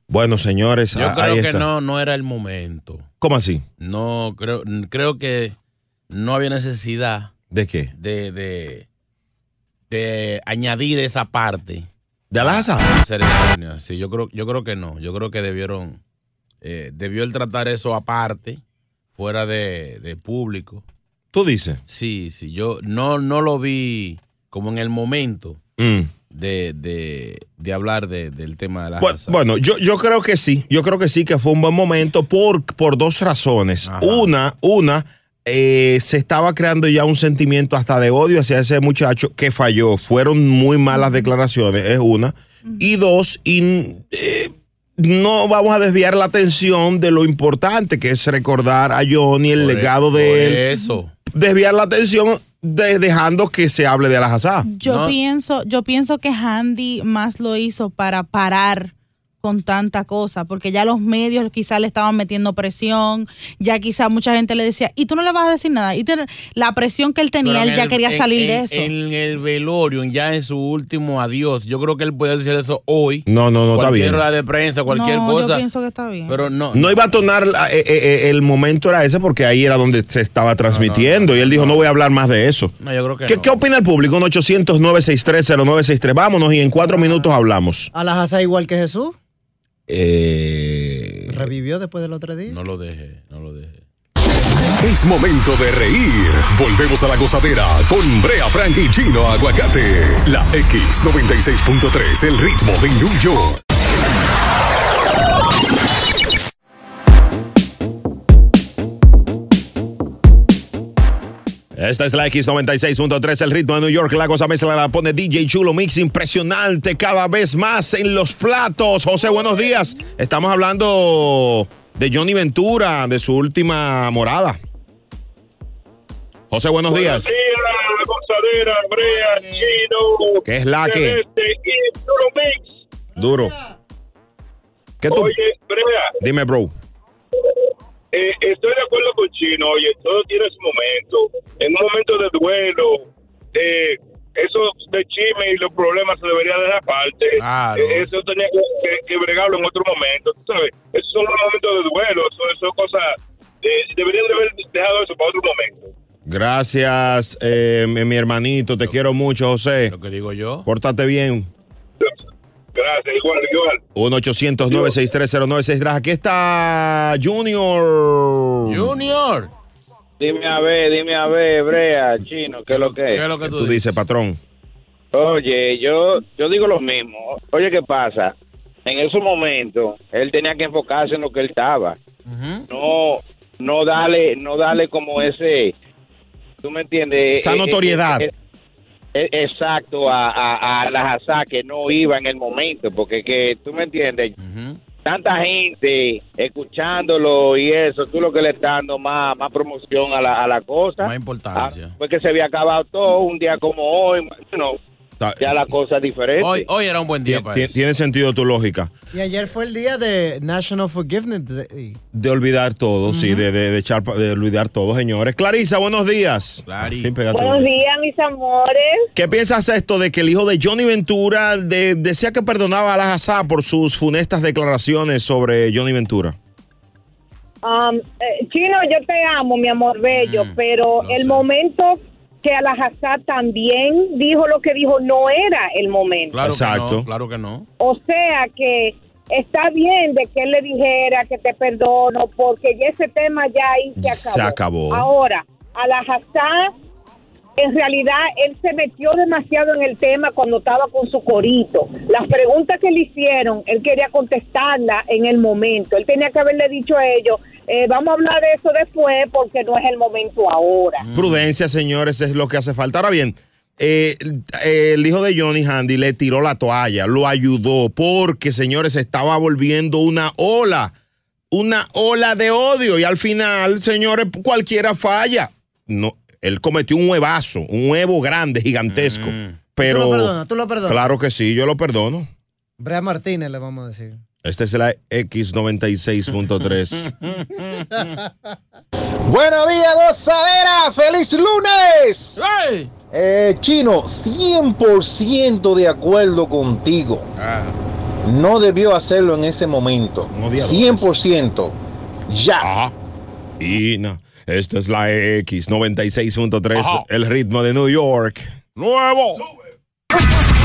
Speaker 2: Bueno, señores,
Speaker 3: Yo creo
Speaker 2: a- Pues ahí
Speaker 3: que
Speaker 2: está.
Speaker 3: no, no era el momento.
Speaker 2: ¿Cómo así?
Speaker 3: No, creo, creo que no había necesidad
Speaker 2: ¿De qué?
Speaker 3: de, de, de añadir esa parte.
Speaker 2: ¿De Alaza?
Speaker 3: Ceremonia. Sí, yo creo, yo creo que no. Yo creo que debieron, eh, debió el tratar eso aparte, fuera de, de público.
Speaker 2: ¿Tú dices?
Speaker 3: Sí, sí. Yo no, no lo vi como en el momento
Speaker 2: Mm.
Speaker 3: de, de, de hablar de- del tema de la
Speaker 2: Bu- Bueno, yo, yo creo que sí, yo creo que sí que fue un buen momento por, por dos razones. Una, una, eh, se estaba creando ya un sentimiento hasta de odio hacia ese muchacho que falló. Fueron muy malas declaraciones, es una. Y dos, y, eh, no vamos a desviar la atención de lo importante que es recordar a Johnny, el legado
Speaker 3: por
Speaker 2: de él.
Speaker 3: eso.
Speaker 2: Desviar la atención de- dejando que se hable de la Hazá.
Speaker 9: Yo pienso, yo pienso que Handy más lo hizo para parar con tanta cosa, porque ya los medios quizás le estaban metiendo presión, ya quizá mucha gente le decía, y tú no le vas a decir nada, y ten- la presión que él
Speaker 3: Pero
Speaker 9: tenía,
Speaker 3: en
Speaker 9: él ya
Speaker 3: el-
Speaker 9: quería
Speaker 3: en-
Speaker 9: salir de
Speaker 3: en-
Speaker 9: eso.
Speaker 3: En el velorio, ya en su último adiós, yo creo que él podía decir eso hoy.
Speaker 2: No, no, no, está
Speaker 3: cualquier
Speaker 2: bien.
Speaker 3: rueda de prensa, cualquier
Speaker 9: no, yo
Speaker 3: cosa.
Speaker 9: pienso que está bien.
Speaker 3: Pero no.
Speaker 2: No iba a tonar, eh, eh, eh, el momento era ese porque ahí era donde se estaba transmitiendo y él dijo, no voy a hablar más de eso.
Speaker 3: No, yo creo que
Speaker 2: ¿Qué,
Speaker 3: no.
Speaker 2: qué opina el público? 1
Speaker 3: Ah.
Speaker 2: 800 963 0963 Vámonos y en cuatro minutos hablamos.
Speaker 17: A la Haza igual que Jesús.
Speaker 3: eh,
Speaker 4: ¿Revivió después del otro día?
Speaker 3: no lo deje, no lo deje.
Speaker 1: Es momento de reír. Volvemos a la gozadera con Brea Frank y Chino Aguacate. La X96.3, el ritmo de New York.
Speaker 2: Esta es la X96.3, el ritmo de New York. La cosa mezcla la pone DJ Chulo Mix. Impresionante cada vez más en los platos. José, buenos días. Estamos hablando de Johnny Ventura, de su última morada. José, buenos días.
Speaker 10: la gozadera, Brea, Chino.
Speaker 2: ¿Qué es la que?
Speaker 10: Celeste y Duro Mix.
Speaker 2: Duro. ¿Qué tú?
Speaker 10: Oye, Brea,
Speaker 2: Dime, bro.
Speaker 10: eh, estoy de acuerdo con Chino. Oye, todo tiene su momento. En un momento de duelo, eh, eso de chisme y los problemas se debería dejar aparte.
Speaker 18: Claro.
Speaker 10: Eh, eso tenía que, que- que bregarlo en otro momento. ¿tú ¿sabes? Esos son los momentos de duelo. Eso, eso es cosa. eh, deberían de haber dejado eso para otro momento.
Speaker 2: Gracias, eh, mi mi hermanito. Te quiero mucho, José. Lo
Speaker 3: que digo yo.
Speaker 2: Pórtate bien.
Speaker 10: Gracias, igual, igual.
Speaker 2: 1-800-963-0963. Aquí está Junior.
Speaker 3: Junior.
Speaker 17: Dime a ver, dime a ver, Brea, chino, ¿qué es lo que es?
Speaker 2: ¿Qué tú dices, patrón?
Speaker 17: Oye, yo, yo digo lo mismo. Oye, ¿qué pasa? En esos momentos, él tenía que enfocarse en lo que él estaba. No, no darle, no darle como ese, ¿tú me entiendes?
Speaker 2: Esa
Speaker 17: Eh, eh,
Speaker 2: notoriedad.
Speaker 17: eh, eh, exacto, a, a, a las asas que no iba en el momento, porque que, ¿tú me entiendes? Tanta gente escuchándolo y eso, tú lo que le estás dando más, más promoción a la, a la cosa. Más
Speaker 3: importancia.
Speaker 7: Ah,
Speaker 17: pues que se había acabado todo un día como hoy, bueno, ya la cosa es diferente.
Speaker 3: Hoy, hoy era un buen día para
Speaker 2: Tien-
Speaker 3: eso.
Speaker 2: Tiene sentido tu lógica.
Speaker 4: Y ayer fue el día de National Forgiveness Day.
Speaker 2: De olvidar todo, sí, de, de, de echar pa- de olvidar todo, señores. Clarisa, buenos días. Sí, pégate
Speaker 19: Buenos
Speaker 2: una.
Speaker 19: días, mis amores.
Speaker 2: ¿Qué piensas esto de que el hijo de Johnny Ventura de- decía que perdonaba a las Hassá por sus funestas declaraciones sobre Johnny Ventura?
Speaker 19: Um, eh, Chino, yo te amo, mi amor
Speaker 3: Mm,
Speaker 19: bello, pero el momento que Alajazá también dijo lo que dijo no era el momento.
Speaker 3: Claro que
Speaker 2: Exacto.
Speaker 3: no, claro que no.
Speaker 19: O sea que está bien de que él le dijera que te perdono, porque ya ese tema ya ahí se acabó.
Speaker 2: Se acabó.
Speaker 19: Ahora, Alajazá, en realidad, él se metió demasiado en el tema cuando estaba con su corito. Las preguntas que le hicieron, él quería contestarlas en el momento. Él tenía que haberle dicho a ellos, eh, vamos a hablar de eso después porque no es el momento ahora.
Speaker 2: Mm. Prudencia, señores, es lo que hace falta. Ahora bien, eh, eh, el hijo de Johnny Handy le tiró la toalla, lo ayudó, porque, señores, estaba volviendo una ola, una ola de odio. Y al final, señores, cualquiera falla. No, él cometió un huevazo, un huevo grande, gigantesco.
Speaker 20: Mm.
Speaker 2: Pero.
Speaker 4: ¿Tú lo perdonas? ¿Tú lo perdonas?
Speaker 2: Claro que sí, yo lo perdono.
Speaker 4: Brea Martínez le vamos a decir.
Speaker 2: Esta es la X96.3.
Speaker 20: Buenos días, gozadera. Feliz lunes. Eh, Chino, 100% de acuerdo contigo. No debió hacerlo en ese momento. 100%. Ya.
Speaker 2: y no, esta es la X96.3, el ritmo de New York.
Speaker 3: ¡Nuevo!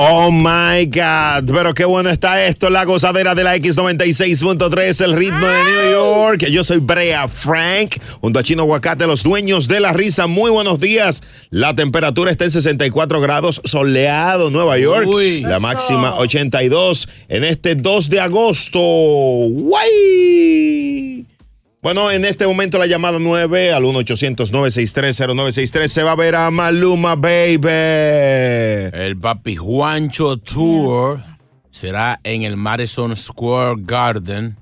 Speaker 2: Oh my God, pero qué bueno está esto, la gozadera de la X96.3, el ritmo de New York. Yo soy Brea Frank, junto a Chino Aguacate, los dueños de la risa. Muy buenos días. La temperatura está en 64 grados, soleado Nueva York. La máxima 82 en este 2 de agosto. ¡Guay! Bueno, en este momento la llamada 9 al 1-800-963-0963 se va a ver a Maluma, baby.
Speaker 3: El Papi Juancho Tour será en el Madison Square Garden.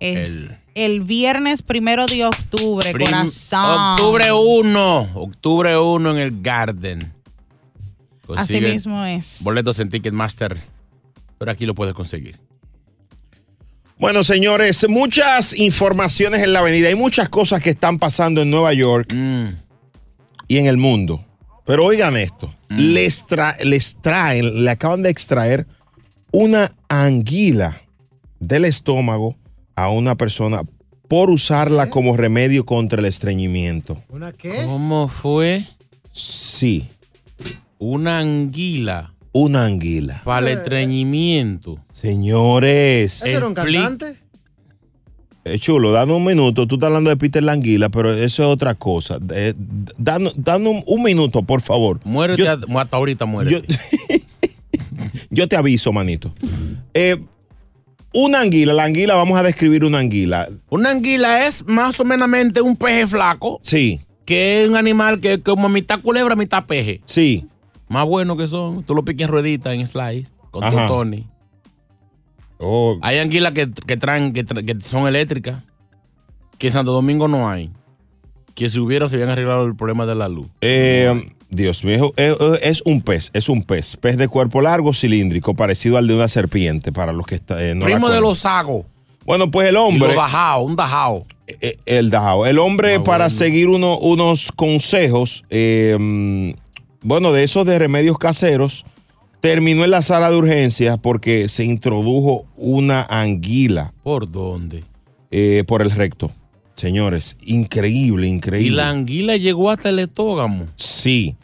Speaker 9: Es
Speaker 3: El
Speaker 9: el viernes primero de octubre,
Speaker 3: prim-
Speaker 9: corazón.
Speaker 3: octubre 1, octubre 1 en el Garden.
Speaker 9: Así
Speaker 3: Consigue
Speaker 9: mismo es.
Speaker 3: Boletos en Ticketmaster. Pero aquí lo puedes conseguir.
Speaker 2: Bueno, señores, muchas informaciones en la avenida. Hay muchas cosas que están pasando en Nueva York y en el mundo. Pero oigan esto:
Speaker 3: Mm.
Speaker 2: les, tra- les traen, le acaban de extraer una anguila del estómago a una persona por usarla como remedio contra el estreñimiento.
Speaker 4: ¿Una qué?
Speaker 3: ¿Cómo fue?
Speaker 2: Sí.
Speaker 3: Una anguila.
Speaker 2: Una anguila.
Speaker 3: Para
Speaker 4: Eh.
Speaker 3: el estreñimiento.
Speaker 2: Señores.
Speaker 4: ¿Ese era un
Speaker 3: Expli-
Speaker 4: cantante?
Speaker 2: Eh, chulo, dame un minuto. Tú estás hablando de Peter Languila, pero eso es otra cosa. Eh, d- dan- dame un, un minuto, por favor.
Speaker 3: Muérete,
Speaker 2: Yo-
Speaker 3: a- hasta ahorita muérete.
Speaker 2: Yo te aviso, manito. Eh, una anguila, la anguila, vamos a describir una anguila.
Speaker 3: Una anguila es más o menos un peje flaco.
Speaker 2: Sí.
Speaker 3: Que es un animal que es como mitad culebra, mitad peje.
Speaker 2: Sí.
Speaker 3: Más bueno que son. Tú lo piques en rueditas, en slice, con tu
Speaker 2: Ajá. Oh.
Speaker 3: Tony. Hay anguilas que, que traen, que, tra- que son eléctricas. Que en Santo Domingo no hay. Que si hubiera se habían arreglado el problema de la luz.
Speaker 2: Eh, Dios mío, eh, eh, es un pez, es un pez. Pez de cuerpo largo, cilíndrico, parecido al de una serpiente, para los que está, eh, no la
Speaker 3: Primo de
Speaker 2: conocen.
Speaker 3: los sagos.
Speaker 2: Bueno, pues el hombre.
Speaker 3: Y lo dajao, un dajao.
Speaker 2: Eh, El Dajao. El hombre,
Speaker 3: Ah,
Speaker 2: para seguir uno- unos consejos, eh, mm, bueno, de esos de remedios caseros, terminó en la sala de urgencias porque se introdujo una anguila
Speaker 3: ¿Por dónde?
Speaker 2: eh, por el recto. Señores, increíble, increíble.
Speaker 3: Y la anguila llegó hasta el estógamo.
Speaker 2: Sí.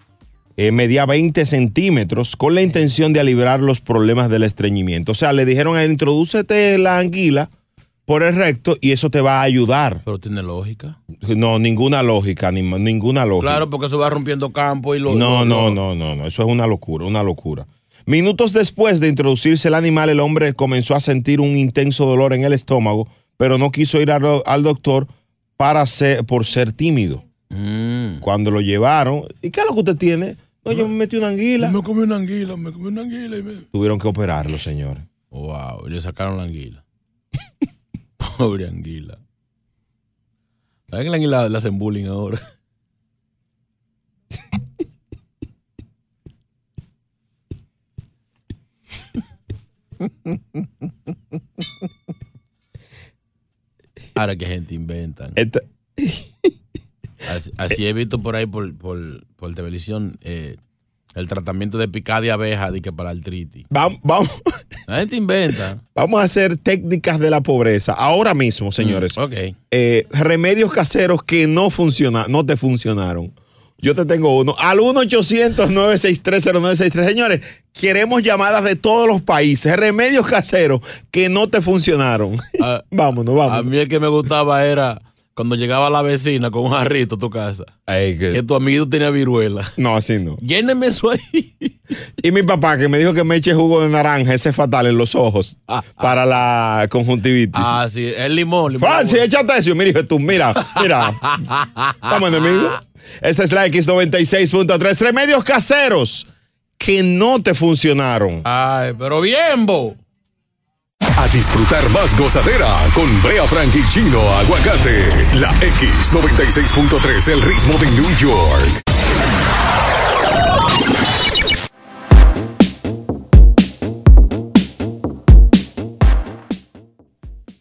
Speaker 2: Eh, medía 20 centímetros con la intención de aliviar los problemas del estreñimiento. O sea, le dijeron a él, introdúcete la anguila por el recto y eso te va a ayudar.
Speaker 3: Pero tiene lógica.
Speaker 2: No, ninguna lógica, ni- ninguna lógica.
Speaker 3: Claro, porque eso va rompiendo campo y lo.
Speaker 2: No,
Speaker 3: lo-
Speaker 2: no,
Speaker 3: lo-
Speaker 2: no, no, no. Eso es una locura, una locura. Minutos después de introducirse el animal, el hombre comenzó a sentir un intenso dolor en el estómago, pero no quiso ir al, al doctor para ser, por ser tímido.
Speaker 3: Mm.
Speaker 2: Cuando lo llevaron, ¿y qué es lo que usted tiene? No, yo me metí una anguila.
Speaker 3: Me comí una anguila, me comí una anguila y me.
Speaker 2: Tuvieron que operarlo, señores.
Speaker 3: Wow, y le sacaron la anguila. Pobre anguila. ¿Saben que la anguila la hacen bullying ahora? Ahora qué gente inventan.
Speaker 2: Eh,
Speaker 3: Así, así he visto por ahí por, por, por televisión eh, el tratamiento de picada de abeja de que para artritis.
Speaker 2: Vamos, vamos,
Speaker 3: La gente inventa.
Speaker 2: vamos a hacer técnicas de la pobreza ahora mismo, señores.
Speaker 3: Mm, ok.
Speaker 2: Eh, remedios caseros que no funciona, no te funcionaron. Yo te tengo uno. Al 1-800-963-0963. Señores, queremos llamadas de todos los países.
Speaker 3: Ah,
Speaker 2: Remedios caseros que no te funcionaron. vámonos, vámonos.
Speaker 3: A mí el que me gustaba era Cuando llegaba la vecina con un jarrito a tu casa. que... tu amigo tenía viruela.
Speaker 2: No, así no.
Speaker 3: Lléneme eso ahí.
Speaker 2: Y mi papá que me dijo que me eche jugo de naranja, ese es fatal en los ojos para la conjuntivitis.
Speaker 3: Ah, sí, el limón. limón
Speaker 2: Francis, échate eso. Y Mira, hijo, tú, mira, mira. Estamos enemigos. Esta es la X96.3. Remedios caseros que no te funcionaron.
Speaker 3: Ay, pero bien, Bo.
Speaker 1: A disfrutar más gozadera con Brea Frank y Chino Aguacate. La X96.3, el ritmo de New York.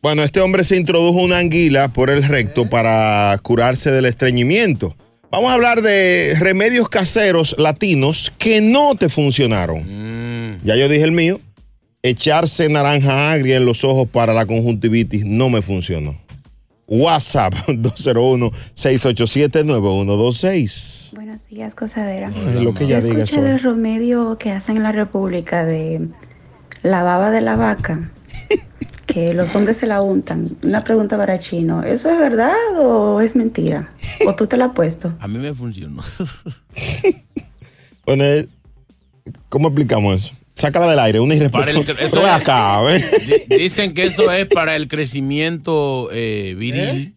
Speaker 2: Bueno, este hombre se introdujo una anguila por el recto para curarse del estreñimiento. Vamos a hablar de remedios caseros latinos que no te funcionaron. Ya yo dije el mío. Echarse naranja agria en los ojos para la conjuntivitis no me funcionó. WhatsApp 201-687-9126.
Speaker 18: Buenos días, cosadera.
Speaker 2: Ay, lo que
Speaker 18: Yo
Speaker 2: ella
Speaker 18: he
Speaker 2: diga,
Speaker 18: escuchado
Speaker 2: Sol.
Speaker 18: el remedio que hacen en la República de la baba de la vaca, que los hombres se la untan. Una pregunta para Chino, ¿eso es verdad o es mentira? ¿O tú te la has puesto?
Speaker 3: A mí me funcionó.
Speaker 2: Bueno, eh, ¿cómo explicamos eso? Sácala del aire, una
Speaker 3: Para el-
Speaker 2: irrespetuosa.
Speaker 3: eso
Speaker 2: Pero
Speaker 3: es-
Speaker 2: ven acá, ¿ves?
Speaker 3: Di- Dicen que eso es para el crecimiento eh, viril.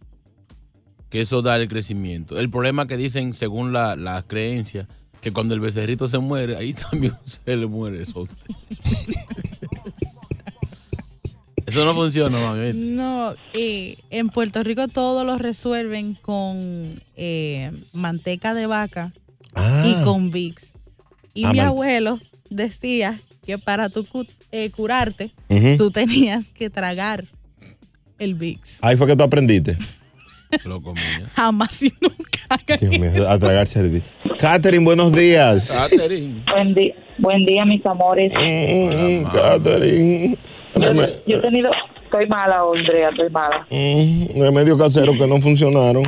Speaker 3: Que eso da el crecimiento. El problema que dicen, según la- las creencias, que cuando el becerrito se muere, ahí también se le muere eso. eso no funciona, mami.
Speaker 9: No, eh, en Puerto Rico todo lo resuelven con eh, manteca de vaca y con Vicks. Y
Speaker 21: Ah,
Speaker 9: mi
Speaker 21: man-
Speaker 9: abuelo decía que para tu curarte,
Speaker 2: Ujú.
Speaker 9: tú tenías que tragar el Vicks.
Speaker 2: Ahí fue que tú aprendiste.
Speaker 9: Jamás y nunca. hagan
Speaker 2: Dios mío, a tragar servicio. Catherine, buenos días.
Speaker 22: Buen, di- buen día, mis amores.
Speaker 2: Mm, Catherine. Reme-
Speaker 22: Yo he tenido. Estoy mala, Andrea, estoy mala.
Speaker 2: Mm, Remedios caseros que no funcionaron.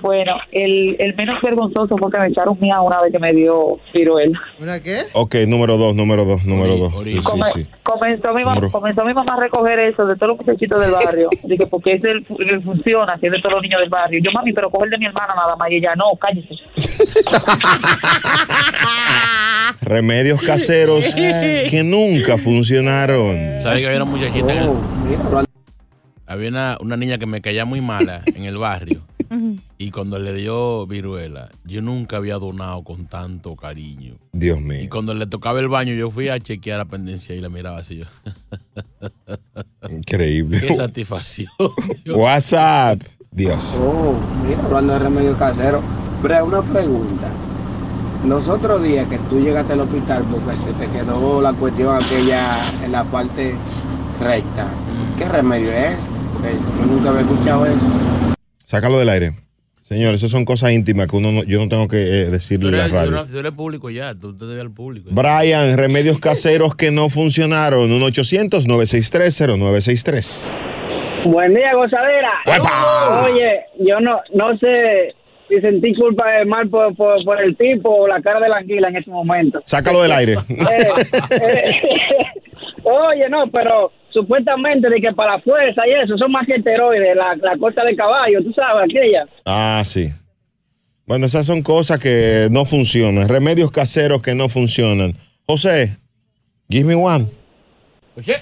Speaker 22: Bueno, el, el menos vergonzoso fue que me echaron mía una vez que me dio viruela.
Speaker 4: ¿Una qué?
Speaker 2: Ok, número dos, número dos, número dos. Sí, sí,
Speaker 22: Come-
Speaker 2: sí.
Speaker 22: Comenzó, mi
Speaker 2: Hombre.
Speaker 22: mamá, comenzó mi mamá a recoger eso de todos los muchachitos del barrio. Dije, porque es el, el funciona, que es de todos los niños del barrio. Yo, mami, pero coge el de mi hermana nada más. Y ella, no, cállese.
Speaker 2: Remedios caseros que nunca funcionaron.
Speaker 3: ¿Sabes que había una muchachita? en el- Había una, una niña que me caía muy mala en el barrio. Y cuando le dio viruela, yo nunca había donado con tanto cariño.
Speaker 2: Dios mío.
Speaker 3: Y cuando le tocaba el baño, yo fui a chequear la pendencia y la miraba así. Yo.
Speaker 2: Increíble.
Speaker 3: Qué satisfacción.
Speaker 2: WhatsApp. Dios.
Speaker 6: Oh, mira, hablando de remedio casero. Brea, una pregunta. Los otros días que tú llegaste al hospital porque se te quedó la cuestión aquella en la parte recta, ¿qué remedio es? Porque yo nunca había escuchado eso.
Speaker 2: Sácalo del aire. Señores, esas son cosas íntimas que uno no- yo no tengo que eh, decirle
Speaker 3: Tú
Speaker 2: en la
Speaker 3: eres, tú
Speaker 2: radio.
Speaker 3: eres- tú eres público ya, tú te debes al público.
Speaker 2: Brian, remedios caseros que no funcionaron. 1-800-963-0963.
Speaker 7: Buen día, gozadera. Oye, yo no, no sé si sentí culpa de mal por, por- por el tipo o la cara de la anguila en ese momento. Eh,
Speaker 2: Sácalo del aire.
Speaker 7: Oye, no, pero supuestamente de que para la fuerza y eso son más que esteroides, la, la corta de caballo, tú sabes, aquella.
Speaker 2: Ah, sí. Bueno, esas son cosas que no funcionan. Remedios caseros que no funcionan. José, give me one.
Speaker 3: Oye.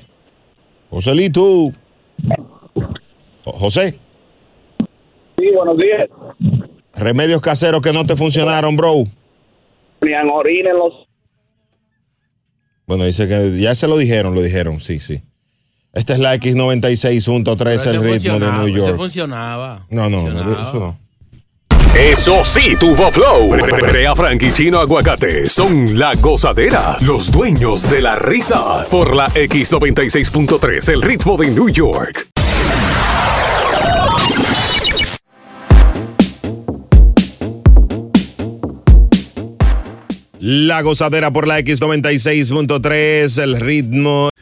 Speaker 2: Joselito. O- José,
Speaker 7: Sí, buenos días.
Speaker 2: remedios caseros que no te funcionaron, bro.
Speaker 7: Ponían orina en los...
Speaker 2: Bueno, dice que ya se lo dijeron, lo dijeron, sí, sí. Esta es la X96.3, el ritmo de New
Speaker 3: Eso
Speaker 2: York.
Speaker 3: funcionaba.
Speaker 2: No, no, no, eso no.
Speaker 5: Eso sí, tuvo flow. Brea Frank y Chino Aguacate son la gozadera, los dueños de la risa. Por la X96.3, el ritmo de New York.
Speaker 2: La gozadera por la X96.3, el ritmo.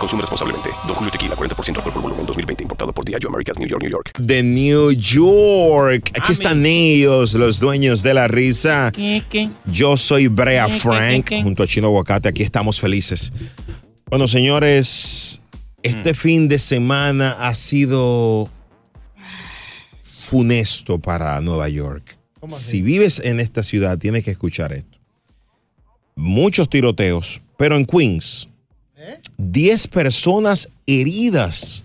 Speaker 23: Consume responsablemente. Don Julio Tequila, 40% alcohol por volumen, 2020. Importado por Diageo Americas, New York, New York.
Speaker 2: De New York. Aquí están ellos, los dueños de la risa.
Speaker 23: ¿Qué, qué?
Speaker 2: Yo soy Brea
Speaker 23: ¿Qué, qué,
Speaker 2: Frank,
Speaker 23: qué, qué?
Speaker 2: junto a Chino Aguacate. Aquí estamos felices. Bueno, señores, este fin de semana ha sido funesto para Nueva York. Si vives en esta ciudad, tienes que escuchar esto. Muchos tiroteos, pero en Queens, 10 personas heridas.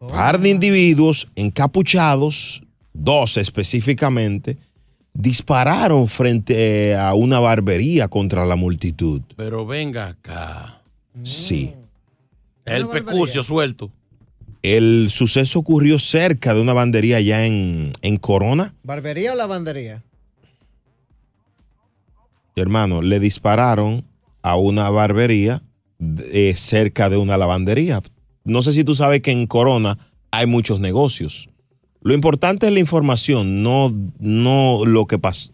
Speaker 2: par de individuos encapuchados, dos específicamente, dispararon frente eh, a una barbería contra la multitud.
Speaker 3: Pero venga acá.
Speaker 2: Sí.
Speaker 3: El pecucio suelto.
Speaker 2: El suceso ocurrió cerca de una bandería allá en, en Corona.
Speaker 4: ¿Barbería o lavandería?
Speaker 2: Hermano, le dispararon a una barbería de- eh, cerca de una lavandería. No sé si tú sabes que en Corona hay muchos negocios. Lo importante es la información, no, no lo que pasó.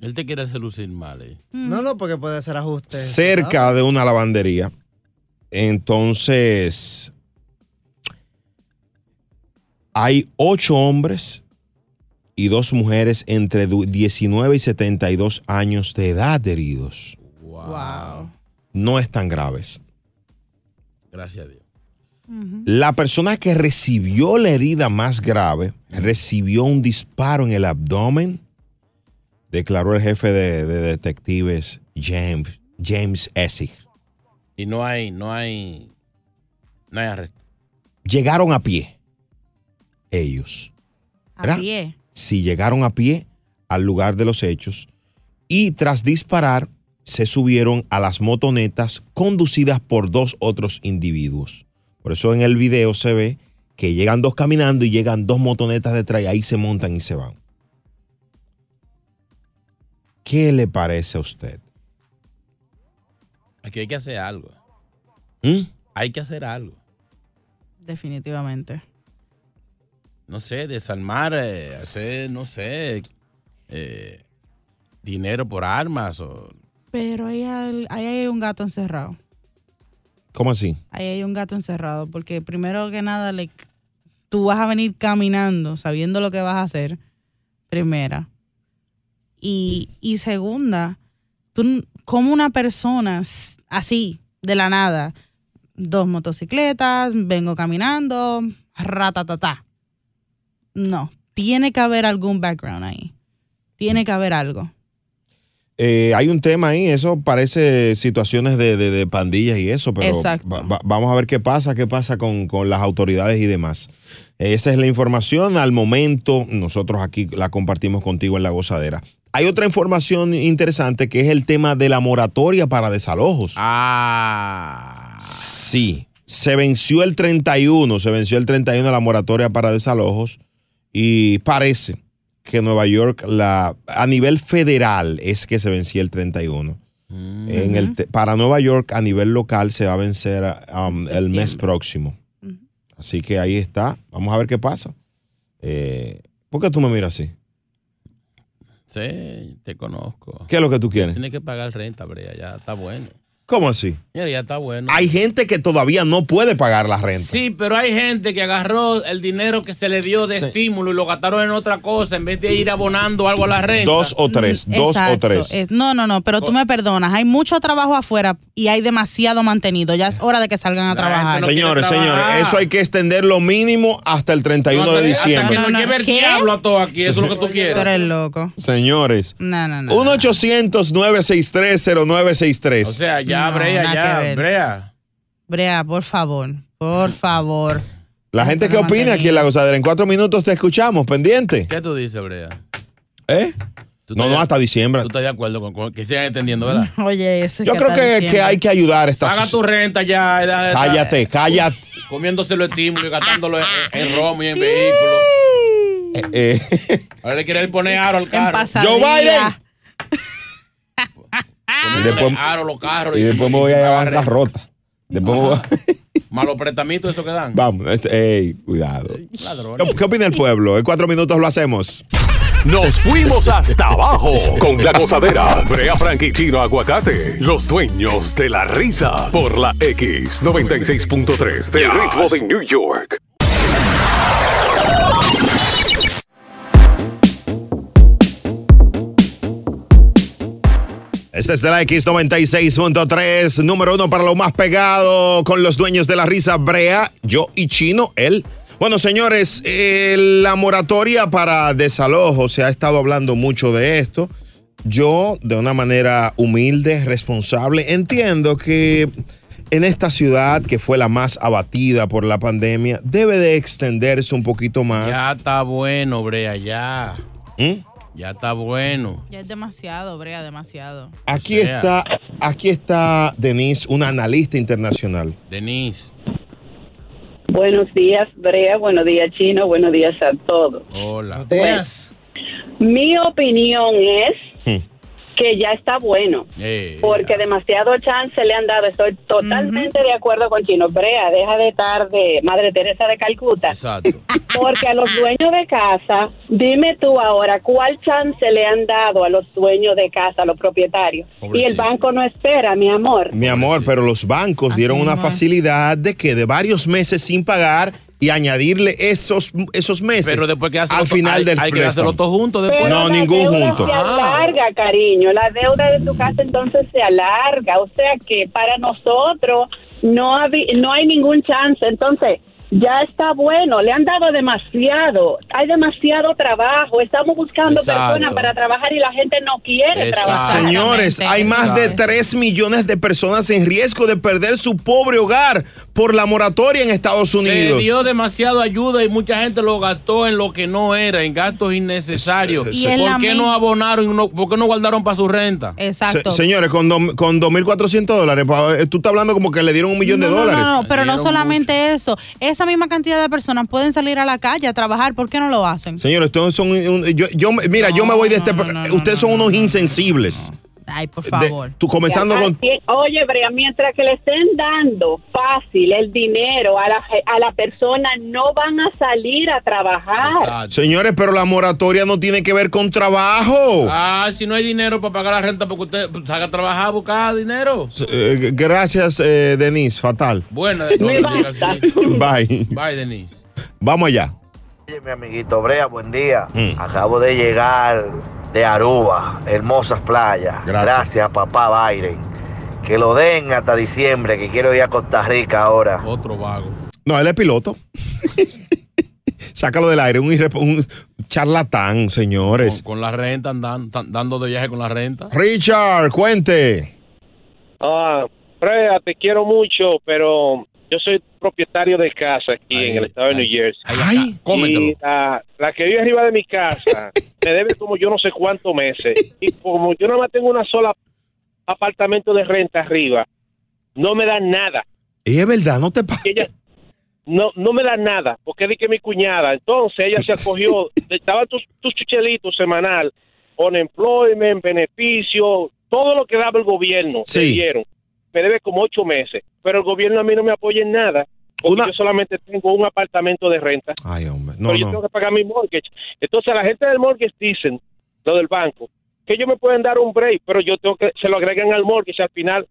Speaker 3: Él te quiere hacer lucir mal, eh.
Speaker 9: Mm.
Speaker 4: No, no, porque puede ser ajuste.
Speaker 2: cerca de una lavandería. Entonces, hay ocho hombres y dos mujeres entre du- 19 y 72 años de edad heridos.
Speaker 3: Wow.
Speaker 2: No están graves.
Speaker 3: Gracias a Dios.
Speaker 2: La persona que recibió la herida más grave recibió un disparo en el abdomen, declaró el jefe de, de detectives James, James Essig.
Speaker 3: Y no hay, no hay, no hay arresto.
Speaker 2: llegaron a pie. Ellos. ¿verdad?
Speaker 9: pie.
Speaker 2: Sí, llegaron a pie al lugar de los hechos y tras disparar se subieron a las motonetas conducidas por dos otros individuos. Por eso en el video se ve que llegan dos caminando y llegan dos motonetas detrás y ahí se montan y se van. ¿Qué le parece a usted?
Speaker 3: Aquí hay que hacer algo.
Speaker 2: ¿Mm?
Speaker 3: Hay que hacer algo.
Speaker 9: Definitivamente.
Speaker 3: No sé, desarmar, eh, hacer, no sé, eh, dinero por armas o
Speaker 9: Pero ahí hay, ahí hay un gato encerrado.
Speaker 2: ¿Cómo así?
Speaker 9: Ahí hay un gato encerrado. Porque primero que nada, le, tú vas a venir caminando sabiendo lo que vas a hacer. Primera. Y, y segunda, tú, n- como una persona s- así, de la nada, dos motocicletas, vengo caminando, ratatatá. No, tiene que haber algún background ahí. Tiene que haber algo.
Speaker 2: eh, hay un tema ahí, eso parece situaciones de, de- de pandillas y eso, pero
Speaker 9: Exacto.
Speaker 2: va- va- vamos a ver qué pasa, qué pasa con, con las autoridades y demás. Esa es la información al momento, nosotros aquí la compartimos contigo en la gozadera. Hay otra información interesante que es el tema de la moratoria para desalojos. Ah. Sí, se venció el 31, se venció el 31 la moratoria para desalojos y parece que Nueva York la a nivel federal es que se vencía el 31. En el te- para Nueva York a nivel local se va a vencer um, el mes próximo. Así que ahí está. Vamos a ver qué pasa. Eh, ¿Por qué tú me miras así?
Speaker 3: Sí, te conozco.
Speaker 2: ¿Qué es lo que tú quieres?
Speaker 3: Tienes que pagar renta, Brea, ya está bueno.
Speaker 2: ¿Cómo así?
Speaker 3: Mira, ya está bueno.
Speaker 2: Hay gente que todavía no puede pagar la renta.
Speaker 3: Sí, pero hay gente que agarró el dinero que se le dio de estímulo y lo gastaron en otra cosa en vez de ir abonando algo a la renta.
Speaker 2: Dos o tres, dos o
Speaker 9: Exacto,
Speaker 2: tres.
Speaker 9: es- no, no, no, pero tú me perdonas. Hay mucho trabajo afuera y hay demasiado mantenido. Ya es hora de que salgan a trabajar.
Speaker 2: señores, señores, eso hay que extender lo mínimo hasta el 31 de diciembre.
Speaker 3: Que nos lleve el diablo a todo aquí, eso es lo que tú quieres.
Speaker 9: Tú eres loco.
Speaker 2: Señores,
Speaker 9: No, no, no.
Speaker 2: 1-800-963-0963.
Speaker 3: O sea, ya,
Speaker 9: No,
Speaker 3: Brea,
Speaker 9: nada que
Speaker 3: ya,
Speaker 9: ver.
Speaker 3: Brea.
Speaker 9: Brea, por favor, por favor.
Speaker 2: La gente que opina aquí en La Gozadera, en cuatro minutos te escuchamos, pendiente.
Speaker 3: ¿Qué tú dices, Brea?
Speaker 2: ¿Eh? No, no, hasta diciembre.
Speaker 3: Tú estás de acuerdo con, con- que sigan entendiendo, ¿verdad?
Speaker 9: Oye, eso
Speaker 2: Yo creo que, que hay que ayudar a estas...
Speaker 3: Paga tu renta ya. deja de estar
Speaker 2: Cállate, cállate.
Speaker 3: Comiéndose los estímulos y gastándolo en, en romo y en vehículos.
Speaker 2: Eh,
Speaker 3: Ahora le quieren poner aro al carro.
Speaker 2: Joe Biden. Y
Speaker 3: Después,
Speaker 2: después-
Speaker 3: aro a los carros.
Speaker 2: Y después me voy a llevar las rotas. Después me voy a-
Speaker 3: Malos pretamitos, eso que dan.
Speaker 2: Vamos, este, ey, cuidado.
Speaker 3: Ladrones.
Speaker 2: ¿Qué, qué opina el pueblo? En cuatro minutos lo hacemos.
Speaker 1: Nos fuimos hasta abajo con la gozadera. Brea Frank y Chino Aguacate, los dueños de la risa por la X96.3 del ritmo de New York.
Speaker 2: Este es de la X96.3, número uno para lo más pegado con los dueños de la risa Brea, yo y Chino, él. Bueno, señores, eh, la moratoria para desalojo, se ha estado hablando mucho de esto. Yo, de una manera humilde, responsable, entiendo que en esta ciudad, que fue la más abatida por la pandemia, debe de extenderse un poquito más.
Speaker 3: Ya está bueno, Brea, ya.
Speaker 2: Ah. ¿Mm?
Speaker 3: Ya está bueno.
Speaker 9: Ya es demasiado, Brea, demasiado.
Speaker 2: Aquí,
Speaker 3: O sea.
Speaker 2: está, aquí está Denise, una analista internacional.
Speaker 3: Denise.
Speaker 21: Buenos días, Brea. Buenos días, Chino. Buenos días a todos.
Speaker 3: Hola.
Speaker 21: Bueno, mi opinión es que ya está bueno. Porque demasiado chance le han dado. Estoy totalmente de acuerdo con Chino. Brea, deja de estar de Madre Teresa de Calcuta. Porque a los dueños de casa, dime tú ahora, ¿cuál chance le han dado a los dueños de casa, a los propietarios? Y el
Speaker 2: Pobrecito.
Speaker 21: banco no espera, mi amor.
Speaker 2: Mi amor, pero los bancos dieron una facilidad de que de varios meses sin pagar y añadirle esos, esos meses.
Speaker 3: Pero después que hacen
Speaker 2: al
Speaker 3: otro-
Speaker 2: final
Speaker 3: hay-
Speaker 2: del
Speaker 3: hay que hacerlo
Speaker 2: préstamo.
Speaker 3: todo junto después.
Speaker 21: Pero
Speaker 2: No,
Speaker 21: la
Speaker 2: ningún
Speaker 21: deuda
Speaker 2: junto.
Speaker 21: Se alarga, cariño. La deuda de tu casa entonces se alarga. O sea que para nosotros no, habi- no hay ningún chance. Entonces, ya está bueno. Le han dado demasiado. Hay demasiado trabajo. Estamos buscando
Speaker 2: Exacto.
Speaker 21: personas para trabajar y la gente no
Speaker 3: Ah,
Speaker 21: quiere trabajar.
Speaker 2: Señores, hay más de 3 millones de personas en riesgo de perder su pobre hogar por la moratoria en Estados
Speaker 3: Se
Speaker 2: Unidos.
Speaker 3: dio demasiado ayuda y mucha gente lo gastó en lo que no era, en gastos innecesarios.
Speaker 2: Y en la
Speaker 3: ¿Por qué
Speaker 2: min-
Speaker 3: no abonaron? y no- ¿Por qué no guardaron para su renta?
Speaker 9: Exacto.
Speaker 2: Se- señores, con, dos- con 2.400 dólares, pa- eh, tú estás hablando como que le dieron un millón de
Speaker 9: No, no,
Speaker 2: dólares.
Speaker 9: No, no, pero no solamente eso. Esa misma cantidad de personas pueden salir a la calle a trabajar. ¿Por qué no lo hacen?
Speaker 2: Señores, ustedes son. un- un- yo, yo- mira, yo me voy de este. pro- ustedes son unos insensibles.
Speaker 9: Ay, por
Speaker 2: De-
Speaker 9: favor.
Speaker 2: tú comenzando
Speaker 21: Ya,
Speaker 2: con
Speaker 21: así- Oye, Brea, mientras que le estén dando fácil el dinero a la, ge- a la persona, no van a salir a trabajar.
Speaker 2: Señores, pero la moratoria no tiene que ver con trabajo.
Speaker 3: Ah, si no hay dinero para pagar la renta, porque usted pues, salga a trabajar a buscar dinero.
Speaker 2: Eh, gracias, eh, Denise. Fatal.
Speaker 3: Bueno, de
Speaker 2: Me
Speaker 3: todo, diga así.
Speaker 2: Bye.
Speaker 3: Bye, Denise.
Speaker 2: Vamos allá.
Speaker 8: Oye, mi amiguito Brea, buen día.
Speaker 2: Mm.
Speaker 8: Acabo de llegar de Aruba, hermosas playas. Gracias, papá Biden. Que lo den hasta diciembre, que quiero ir a Costa Rica ahora.
Speaker 3: Otro vago.
Speaker 2: No, él es piloto. sácalo del aire, un, irresp- un charlatán, señores.
Speaker 3: Con la renta, andan, tan- dando de viaje con la renta.
Speaker 2: Richard, cuente.
Speaker 11: Ah, Freya, te quiero mucho, pero yo soy propietario de casa aquí en el estado de New Jersey.
Speaker 3: cómetelo.
Speaker 11: Y la, la que vive arriba de mi casa me debe como yo no sé cuántos meses. Y como yo nada más tengo una sola apartamento de renta arriba, no me dan nada.
Speaker 2: Y es verdad, no te pases.
Speaker 11: Ella no, no me da nada, porque di que mi cuñada, entonces ella se acogió, estaba tus, tus chuchelitos semanal, unemployment, beneficio, todo lo que daba el gobierno,
Speaker 2: Sí.
Speaker 11: se dieron. Me debe como ocho meses, pero el gobierno a mí no me apoya en nada, porque yo solamente tengo un apartamento de renta.
Speaker 2: Ay, hombre.
Speaker 11: pero yo tengo que pagar mi mortgage. Entonces la gente del mortgage dicen, lo del banco, que ellos me pueden dar un break, pero yo tengo que, se lo agregan al mortgage al final.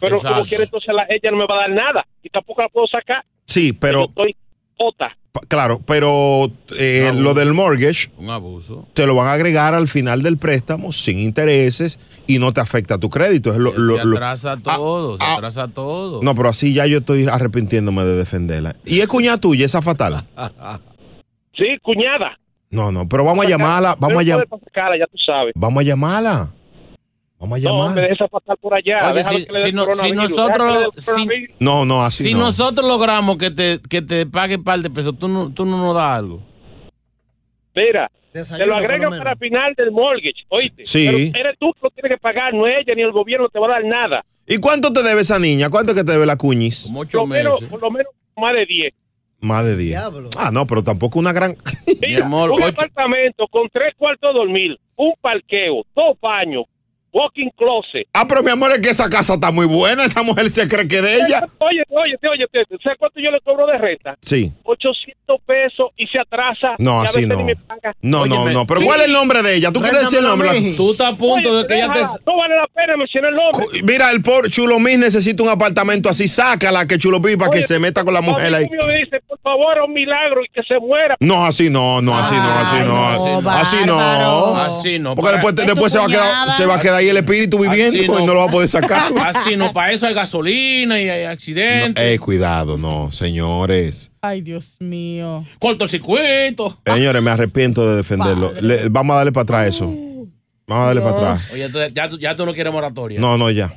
Speaker 11: Pero como
Speaker 2: Exacto.
Speaker 11: quiera, entonces la, ella no me va a dar nada y tampoco la puedo sacar.
Speaker 2: Sí, pero,
Speaker 11: Estoy jota.
Speaker 2: pa- claro, pero eh, lo del mortgage
Speaker 3: Un abuso.
Speaker 2: te lo van a agregar al final del préstamo sin intereses y no te afecta tu crédito. Es lo- lo-
Speaker 3: Se
Speaker 2: lo- Ah,
Speaker 3: atrasa todo, se atrasa todo.
Speaker 2: no, pero así ya yo estoy arrepintiéndome de defenderla. Y es cuñada tuya, esa fatal.
Speaker 11: Sí, cuñada.
Speaker 2: No, no, pero vamos a llamarla, Ah, vamos a,
Speaker 11: Pero
Speaker 2: llam-
Speaker 11: puede pasar cara, ya tú sabes.
Speaker 2: vamos a llamarla. Vamos a
Speaker 11: No, me
Speaker 2: llamarla.
Speaker 11: dejes pasar por allá.
Speaker 3: Oye,
Speaker 11: déjalo
Speaker 3: si-
Speaker 11: que le dé
Speaker 3: si
Speaker 11: el
Speaker 3: no- si
Speaker 11: coronavirus,
Speaker 3: nosotros-
Speaker 11: déjalo que le dé el
Speaker 3: si-
Speaker 11: coronavirus.
Speaker 2: No, no, así
Speaker 3: si
Speaker 2: no.
Speaker 3: nosotros logramos que te, que te pague un par de pesos, tú no, tú no nos das algo.
Speaker 11: Mira,
Speaker 3: Desayuno,
Speaker 11: te lo
Speaker 3: por lo
Speaker 11: agregan
Speaker 3: menos.
Speaker 11: para final del mortgage, oíste.
Speaker 2: Sí.
Speaker 11: Pero eres tú que lo tienes que pagar, no ella ni el gobierno te va a dar nada.
Speaker 2: ¿Y cuánto te debe esa niña? ¿Cuánto que te debe la cuñis?
Speaker 11: Por lo menos, por lo menos más de 10.
Speaker 2: ¿eh? Más de 10. Ah, no, pero tampoco una gran.
Speaker 11: Mira, un apartamento con tres cuartos de dormir, un parqueo, dos baños, walking closet.
Speaker 2: Ah, pero mi amor, es que esa casa está muy buena. Esa mujer se cree que de ella.
Speaker 11: Oye, oye, oye, oye, ¿sabes cuánto yo le cobro de renta?
Speaker 2: Sí.
Speaker 11: 800 pesos y se atrasa.
Speaker 2: No,
Speaker 11: y a
Speaker 2: así
Speaker 11: veces ni
Speaker 2: no.
Speaker 11: me paga.
Speaker 2: No, no, no. Pero ¿cuál es el nombre de ella? ¿Tú quieres decir el nombre?
Speaker 3: Tú estás a punto de que ya te.
Speaker 11: No vale la pena mencionar el nombre.
Speaker 2: Mira, el por Chulomís necesita un apartamento así. Sácala que Chulomís para que
Speaker 11: Oye,
Speaker 2: se meta con la mujer
Speaker 11: amigo
Speaker 2: ahí.
Speaker 11: mío dice, por favor, un milagro y que se muera.
Speaker 2: No, así no, no, así no, así no. Así no.
Speaker 3: Así no.
Speaker 2: Porque después, te- después se, va a quedar, se va a quedar ahí el espíritu viviendo
Speaker 3: Así no.
Speaker 2: y no lo va a poder sacar.
Speaker 3: Así no, para eso hay gasolina y hay accidentes.
Speaker 2: Eh, cuidado, no, señores.
Speaker 9: Ay, Dios mío.
Speaker 3: Cortocircuito.
Speaker 2: Señores, me arrepiento de defenderlo. Le- vamos a darle para atrás eso. Vamos a darle para atrás.
Speaker 3: Oye, entonces, ya, tú- ya tú no quieres moratoria.
Speaker 2: No, no, ya.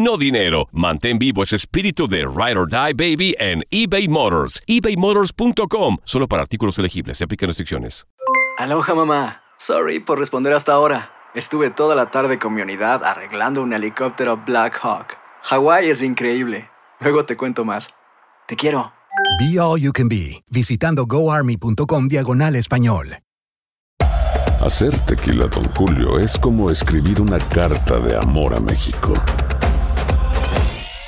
Speaker 23: no dinero? Mantén vivo ese espíritu de Ride or Die Baby en eBay Motors. ebaymotors.com. Solo para artículos elegibles. Se aplican restricciones.
Speaker 24: Aloha mamá. Sorry por responder hasta ahora. Estuve toda la tarde con mi unidad arreglando un helicóptero Black Hawk. Hawái es increíble. Luego te cuento más. Te quiero.
Speaker 25: Be All You Can Be, visitando goarmy.com diagonal español.
Speaker 5: Hacer tequila, Don Julio, es como escribir una carta de amor a México.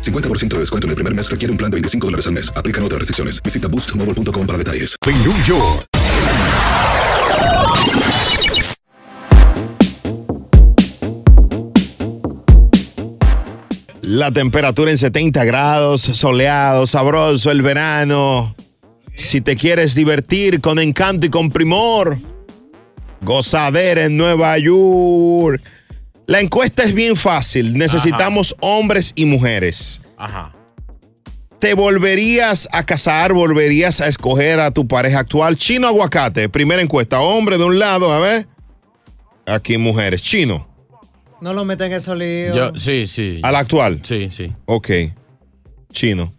Speaker 12: 50% de descuento en el primer mes requiere un plan de 25 dólares al mes. Aplican otras restricciones. Visita boostmobile.com para detalles.
Speaker 1: En New York.
Speaker 2: La temperatura en 70 grados, soleado, sabroso el verano. Si te quieres divertir con encanto y con primor, gozadera en Nueva York. La encuesta es bien fácil. Necesitamos hombres y mujeres.
Speaker 3: Ajá.
Speaker 2: ¿Te volverías a casar? ¿Volverías a escoger a tu pareja actual? Chino aguacate, primera encuesta. Hombre de un lado, a ver. Aquí mujeres. Chino,
Speaker 4: No lo meten en esos líos.
Speaker 3: Yo, sí, sí.
Speaker 2: al actual.
Speaker 3: Sí, sí.
Speaker 2: Ok. Chino.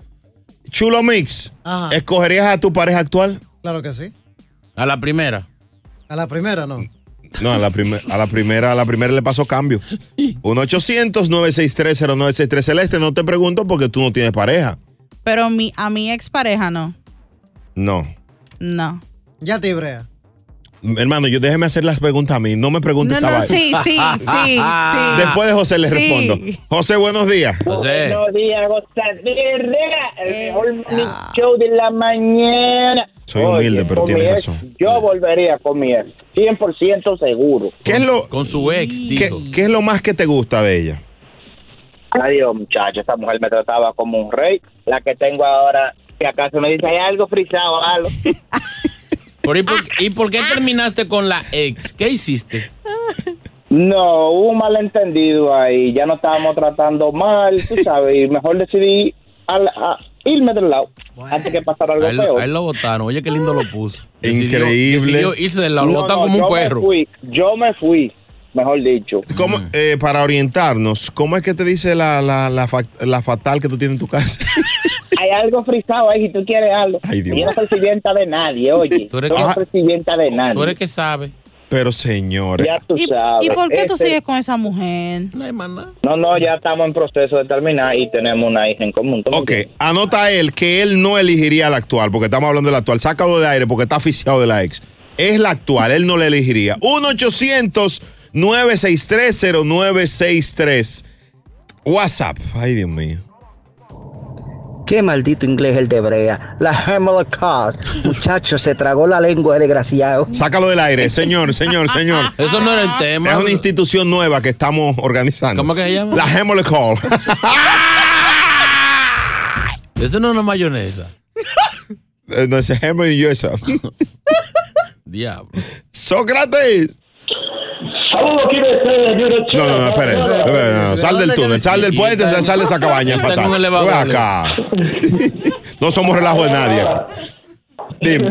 Speaker 2: Chulo Mix,
Speaker 4: Ajá.
Speaker 2: ¿escogerías a tu pareja actual?
Speaker 4: Claro que sí.
Speaker 3: A la primera.
Speaker 4: A la primera no.
Speaker 2: No, a la, primer- a la primera, a la primera le pasó cambio. 1 800 963 0963 Celeste, no te pregunto porque tú no tienes pareja.
Speaker 9: Pero mi, a mi expareja no.
Speaker 2: No.
Speaker 9: No.
Speaker 4: Ya te ibrea.
Speaker 2: Hermano, yo déjeme hacer las preguntas a mí. No me preguntes
Speaker 4: No,
Speaker 2: a
Speaker 4: no, sí, sí, sí, sí.
Speaker 2: Después de José le
Speaker 4: Sí.
Speaker 2: respondo. José, buenos días. José.
Speaker 7: Buenos días, gozadera. El mejor morning show de la mañana.
Speaker 2: Soy humilde, pero
Speaker 7: con mi
Speaker 2: tienes
Speaker 7: ex,
Speaker 2: razón.
Speaker 7: Yo volvería con mi ex, 100% seguro.
Speaker 2: ¿Qué es lo,
Speaker 3: con su ex,
Speaker 2: ¿qué, qué es lo más que te gusta de ella?
Speaker 7: Adiós, muchacho. Esa mujer me trataba como un rey. La que tengo ahora, si acaso me dice, hay algo frisado, algo.
Speaker 3: Pero, ¿y, por, y por qué terminaste con la ex? ¿Qué hiciste?
Speaker 7: No, hubo un malentendido ahí. Ya no estábamos tratando mal, tú sabes. Y mejor decidí al- a irme del lado antes que pasara algo
Speaker 3: A él,
Speaker 7: peor.
Speaker 3: a él lo votaron. Oye, qué lindo lo puso. Decidió-
Speaker 2: Increíble.
Speaker 3: Decidió irse del lado. Lo
Speaker 7: No,
Speaker 3: botaron
Speaker 7: no,
Speaker 3: como un
Speaker 7: yo me
Speaker 3: perro.
Speaker 7: fui, yo me fui, mejor dicho.
Speaker 2: ¿Cómo,
Speaker 3: Mm.
Speaker 2: eh, para orientarnos, ¿cómo es que te dice la, la- la fa- la fatal que tú tienes en tu casa?
Speaker 7: Hay algo frisado ahí si tú quieres algo.
Speaker 2: Ay, Dios.
Speaker 7: Yo no soy sirvienta de nadie, oye.
Speaker 2: Tú eres
Speaker 7: Yo
Speaker 2: que-
Speaker 7: no soy sirvienta de nadie.
Speaker 3: Tú eres que sabes.
Speaker 2: Pero señores.
Speaker 7: Ya tú
Speaker 9: ¿Y,
Speaker 7: sabes. este
Speaker 9: y por qué tú
Speaker 7: Ese-
Speaker 9: sigues con esa mujer?
Speaker 3: No hay más nada.
Speaker 7: No, no, ya estamos en proceso de terminar y tenemos una hija en común.
Speaker 2: Ok, anota él que él no elegiría la actual, porque estamos hablando de la actual. Sácalo del aire porque está aficiado de la ex. Es la actual, él no la elegiría. 1-800-963-0963. WhatsApp. Ay, Dios mío.
Speaker 10: Qué maldito inglés el de Brea. La Hammer Card. Muchacho, se tragó la lengua el desgraciado.
Speaker 2: Sácalo del aire, señor, señor, señor.
Speaker 3: Eso no era el tema.
Speaker 2: Es una institución nueva que estamos organizando. ¿Cómo
Speaker 3: que se llama?
Speaker 2: La Hemole Call.
Speaker 3: Eso no es una mayonesa.
Speaker 2: Eh, no, ese es Hemole y Yourself.
Speaker 3: Diablo.
Speaker 2: Sócrates.
Speaker 7: Saludos,
Speaker 2: No, no, no, espere. espere, no, no, sal del túnel, sal del puente, sal de esa cabaña.
Speaker 3: Está en un
Speaker 2: fatal.
Speaker 3: elevador. ¿eh?
Speaker 2: Ven acá. No somos relajo de nadie. Dime.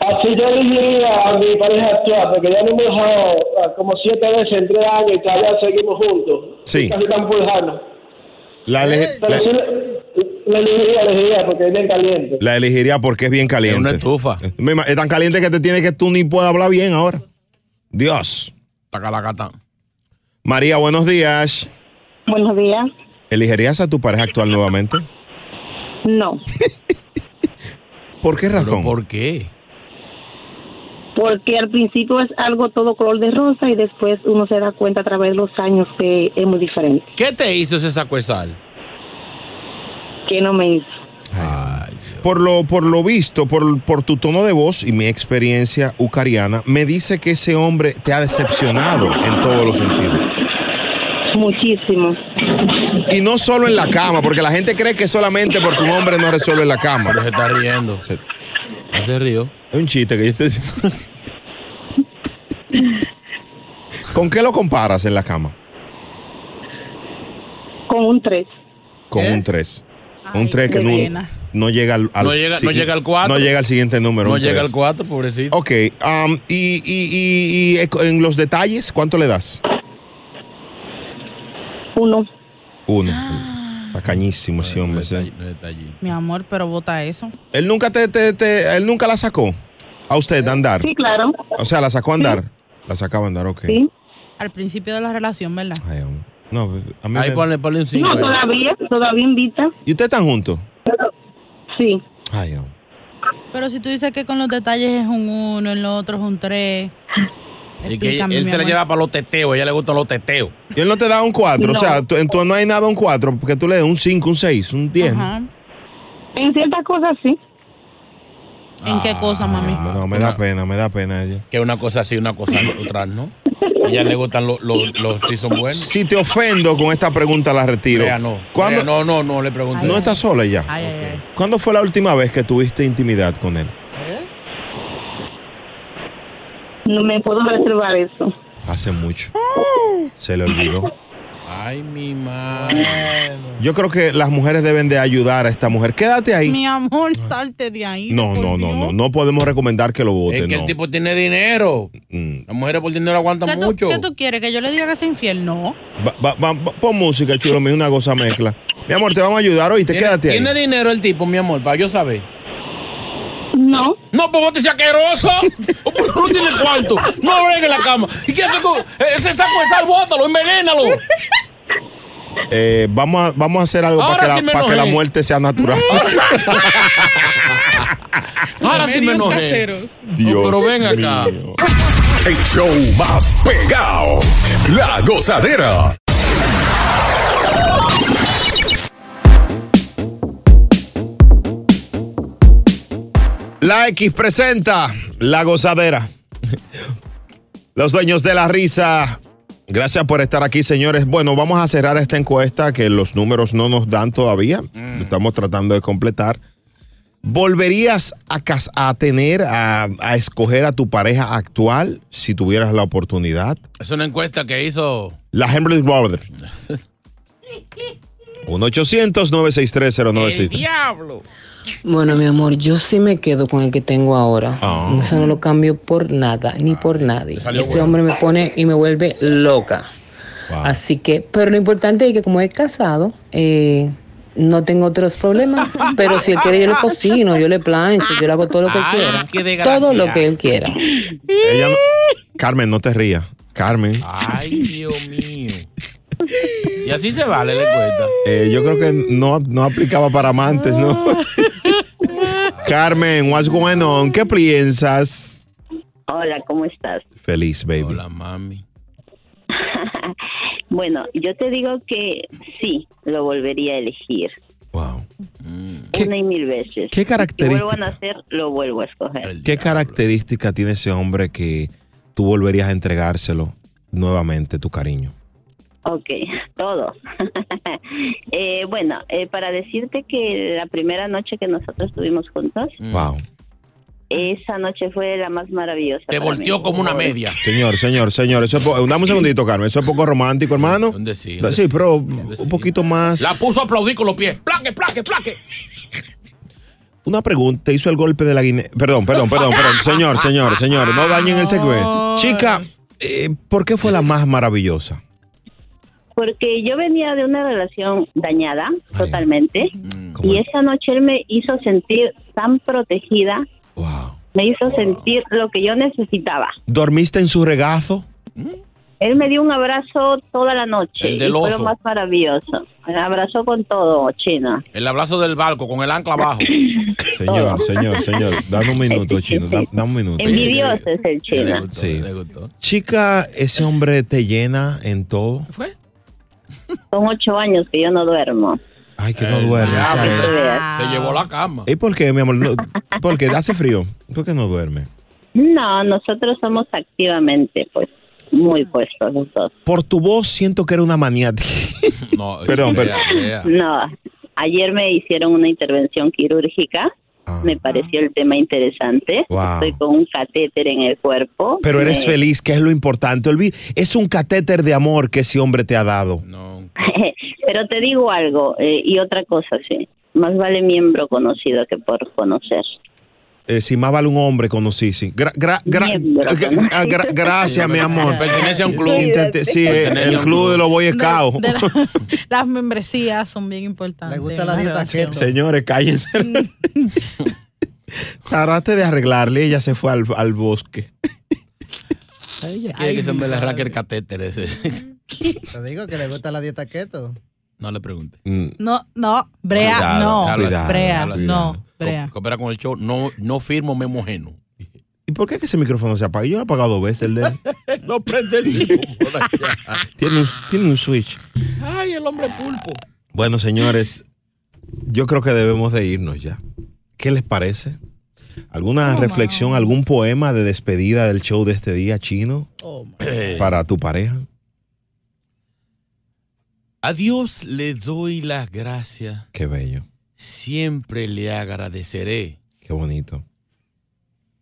Speaker 7: Así yo elegiría a mi pareja actual, porque ya no me dejó ah, como siete veces en tres años y todavía seguimos juntos.
Speaker 2: Sí.
Speaker 7: Casi tan lejanos.
Speaker 2: La, ele-
Speaker 7: Pero
Speaker 2: la-
Speaker 7: sí le, le elegiría, le elegiría, porque es bien caliente.
Speaker 2: la elegiría porque es bien caliente. Es una
Speaker 3: estufa.
Speaker 2: Es tan caliente que te tiene que tú ni puedes hablar bien ahora. Dios.
Speaker 3: Tacalacatán.
Speaker 2: María, buenos días.
Speaker 13: Buenos días.
Speaker 2: ¿Elegirías a tu pareja actual nuevamente?
Speaker 13: No,
Speaker 2: ¿Por qué razón?
Speaker 3: ¿Por qué?
Speaker 13: porque al principio es algo todo color de rosa y después uno se da cuenta a través de los años que es muy diferente.
Speaker 3: ¿Qué te hizo ese sacuesal?
Speaker 13: Que no me hizo.
Speaker 2: Por lo, por lo visto, por, por tu tono de voz y mi experiencia ucraniana, me dice que ese hombre te ha decepcionado en todos los sentidos.
Speaker 13: Muchísimo.
Speaker 2: Y no solo en la cama, porque la gente cree que solamente porque un hombre no resuelve en la cama. Pero
Speaker 3: se está riendo. Ah,
Speaker 2: Se,
Speaker 3: se rió.
Speaker 2: Es un chiste que yo te... ¿Con qué lo comparas en la cama?
Speaker 13: Con un 3.
Speaker 2: Con
Speaker 3: ¿Eh?
Speaker 2: un 3. Un 3 que no, no llega al, al
Speaker 3: No llega- no
Speaker 2: sigui-
Speaker 3: llega al cuatro.
Speaker 2: No llega al siguiente número.
Speaker 3: no
Speaker 2: un
Speaker 3: llega
Speaker 2: tres.
Speaker 3: al 4, pobrecito.
Speaker 2: Ok, am, y, y- y- y, eh, en los detalles, ¿cuánto le das?
Speaker 13: Uno.
Speaker 2: Uno. Está cañísimo ese hombre. sí.
Speaker 9: Mi amor, pero vota eso.
Speaker 2: Él nunca te, te- te- él nunca la sacó a usted de andar.
Speaker 9: Sí, claro.
Speaker 2: O sea, la sacó a andar. La sacaba a andar, ok.
Speaker 9: Al principio de la relación, ¿verdad?
Speaker 2: No, a mí
Speaker 3: Ahí
Speaker 2: me-
Speaker 3: ponle, ponle un eh. 5.
Speaker 13: no, todavía, todavía invita.
Speaker 2: ¿Y ustedes están juntos?
Speaker 13: Sí.
Speaker 2: Ay, hombre.
Speaker 9: Pero si tú dices que con los detalles es un uno, en lo otro es un tres.
Speaker 3: Y que
Speaker 9: Explícame,
Speaker 3: él
Speaker 9: mi
Speaker 3: se la
Speaker 9: amor.
Speaker 3: lleva para los teteos. A ella le gusta los teteos.
Speaker 2: Y él no te da un 4. O
Speaker 3: No.
Speaker 2: sea, tú- en tu no hay nada un 4, porque tú le das un 5, un 6, un 10.
Speaker 13: En ciertas cosas sí.
Speaker 9: ¿En qué cosa, mami?
Speaker 2: No, me da pena, me da pena ella.
Speaker 3: Que una cosa así, una cosa, otra no. A ella le gustan los, los, los sí son buenos.
Speaker 2: Si te ofendo con esta pregunta, la retiro.
Speaker 3: Brea no.
Speaker 2: ¿Cuándo-
Speaker 3: Brea no, no, no, le pregunté.
Speaker 2: No está sola ya.
Speaker 3: Ay, ay, ay.
Speaker 2: ¿Cuándo fue la última vez que tuviste intimidad con él?
Speaker 13: No me puedo reservar eso.
Speaker 2: Hace mucho. Se le olvidó.
Speaker 3: Ay, mi madre.
Speaker 2: Yo creo que las mujeres deben de ayudar a esta mujer. Quédate ahí.
Speaker 9: Mi amor, salte de ahí.
Speaker 2: No, no, no, no. No podemos recomendar que lo voten.
Speaker 3: Es que
Speaker 2: no.
Speaker 3: el tipo tiene dinero. Las mujeres por dinero aguantan
Speaker 9: ¿Qué tú,
Speaker 3: mucho.
Speaker 9: qué tú quieres? ¿Que yo le diga que es infiel? No.
Speaker 2: Va- va- va- va- pon música, chulo, mío, una goza mezcla. Mi amor, te vamos a ayudar hoy, te quédate ahí.
Speaker 3: ¿Tiene dinero el tipo, mi amor, para yo saber?
Speaker 13: No.
Speaker 3: No, pues vos te seas asqueroso. O por eso no tiene cuarto. No bregue la cama. ¿Y qué haces tú? Eh, Ese saco de sal, bótalo, envenénalo.
Speaker 2: Eh, vamos, a, vamos a hacer algo
Speaker 3: Ahora
Speaker 2: para, que
Speaker 3: sí me
Speaker 2: la, para que la
Speaker 3: enojé.
Speaker 2: muerte sea natural.
Speaker 3: Ahora sí me enojé.
Speaker 2: Dios
Speaker 3: Pero ven acá.
Speaker 1: El show más pegado. La gozadera.
Speaker 2: La X presenta La Gozadera. Los dueños de la risa. Gracias por estar aquí, señores. Bueno, vamos a cerrar esta encuesta que los números no nos dan todavía. Estamos tratando de completar. ¿Volverías a, cas- a tener, a, a escoger a tu pareja actual si tuvieras la oportunidad?
Speaker 3: Es una encuesta que hizo.
Speaker 2: La Hembley Brothers. 1-800-963-0963.
Speaker 3: Diablo.
Speaker 15: Bueno, mi amor, yo sí me quedo con el que tengo ahora.
Speaker 2: Ah.
Speaker 15: Eso no lo cambio por nada, ni por nadie. Este
Speaker 16: salió bueno.
Speaker 15: hombre me pone y me vuelve loca. Así que, pero lo importante es que como es casado, eh, no tengo otros problemas. pero si él quiere, yo le cocino, yo le plancho, yo le hago todo lo que él
Speaker 2: Ay,
Speaker 15: quiera.
Speaker 2: qué desgracia.
Speaker 15: todo lo que él quiera.
Speaker 2: Ella no- Carmen, no te rías. Carmen.
Speaker 3: Ay, Dios mío. Y así se vale la encuesta.
Speaker 2: Eh, yo creo que no, no aplicaba para amantes, ¿no? Carmen, what's going on? ¿Qué piensas?
Speaker 17: Hola, ¿cómo estás?
Speaker 2: Feliz, baby.
Speaker 17: Bueno, yo te digo que sí, lo volvería a elegir. Wow. Una y mil veces.
Speaker 2: qué
Speaker 17: Si vuelvo
Speaker 2: característica?
Speaker 17: a nacer, lo vuelvo a escoger.
Speaker 2: ¿Qué característica tiene ese hombre que tú volverías a entregárselo nuevamente tu cariño?
Speaker 17: Ok, todo. Eh, bueno, eh, para decirte que la primera noche que nosotros estuvimos juntos,
Speaker 3: Mm.
Speaker 2: Wow.
Speaker 17: esa noche fue la más maravillosa.
Speaker 3: Te
Speaker 17: para mí.
Speaker 3: volteó como una media.
Speaker 2: Señor, señor, señor, eso es po- dame un segundito, Carmen. Eso es poco romántico, hermano.
Speaker 3: sí?
Speaker 2: Sí, pero un poquito más.
Speaker 3: La puso a aplaudir con los pies. Plaque, plaque, plaque.
Speaker 2: Una pregunta, ¿te hizo el golpe de la guinea? Perdón, perdón, perdón, perdón. Señor, señor, señor, no dañen el segmento. Chica, eh, ¿por qué fue la más maravillosa?
Speaker 17: Porque yo venía de una relación dañada totalmente
Speaker 3: Mm,
Speaker 17: y esa noche él me hizo sentir tan protegida, me hizo sentir lo que yo necesitaba.
Speaker 2: ¿Dormiste en su regazo?
Speaker 17: Él me dio un abrazo toda la noche
Speaker 3: El del
Speaker 17: y fue
Speaker 3: oso.
Speaker 17: lo más maravilloso. Me abrazó con todo, China.
Speaker 3: El abrazo del barco con el ancla abajo.
Speaker 2: Señor, señor, señor, dame un minuto, chino, da- dame un minuto.
Speaker 17: Envidioso es el China.
Speaker 2: Sí. Chica, ese hombre te llena en todo.
Speaker 17: Son ocho años que yo no duermo.
Speaker 2: Ay, que no duerme. ¿sabes?
Speaker 3: Se llevó la cama.
Speaker 2: ¿Y por qué, mi amor? No, ¿Por qué? ¿Hace frío? ¿Por qué no duerme?
Speaker 17: No, nosotros somos activamente, pues, muy puestos los dos.
Speaker 2: Por tu voz siento que era una maniática.
Speaker 3: No,
Speaker 2: Perdón,
Speaker 17: Andrea,
Speaker 2: perdón.
Speaker 17: No, ayer me hicieron una intervención quirúrgica. Me pareció el tema interesante.
Speaker 2: Ah. Wow.
Speaker 17: Estoy con un catéter en el cuerpo.
Speaker 2: Pero eres
Speaker 17: Me-
Speaker 2: feliz, que es lo importante. Olvi- Es un catéter de amor que ese hombre te ha dado.
Speaker 17: Pero te digo algo eh, y otra cosa, sí. Más vale miembro conocido que por conocer.
Speaker 2: Eh, si más vale un hombre conocí, sí. Gra- gra- gra- gra- gra- gra- gracias, mi amor.
Speaker 3: Pertenece a un club.
Speaker 2: Intenté- sí, eh,
Speaker 3: Pertenece a
Speaker 2: el
Speaker 3: un
Speaker 2: club de los Boy Scouts.
Speaker 9: De la- las membresías son bien importantes. Me gusta la dieta
Speaker 2: Se- Señores, cállense. Trataste de arreglarle, ella se fue al, al bosque.
Speaker 3: Ella quiere que se me le arranque el catéter ese.
Speaker 4: Te digo que le gusta la dieta keto.
Speaker 3: No le pregunte.
Speaker 9: No, no, Brea,
Speaker 3: Cuidado,
Speaker 9: no.
Speaker 3: déjalo así,
Speaker 9: Brea,
Speaker 3: déjalo así.
Speaker 9: no,
Speaker 3: Co-
Speaker 9: Brea.
Speaker 3: Coopera con el show. No, no firmo memo ajeno.
Speaker 2: ¿Y por qué que ese micrófono se apaga? Yo lo he apagado dos veces. El de él.
Speaker 3: no prende el mismo por allá.
Speaker 2: tiene, un, tiene un switch.
Speaker 3: Ay, el hombre pulpo.
Speaker 2: Bueno, señores, yo creo que debemos de irnos ya. ¿Qué les parece? ¿Alguna reflexión, algún poema de despedida del show de este día chino para tu pareja?
Speaker 3: A Dios le doy las gracias.
Speaker 2: Qué bello,
Speaker 3: Siempre le agradeceré.
Speaker 2: qué bonito.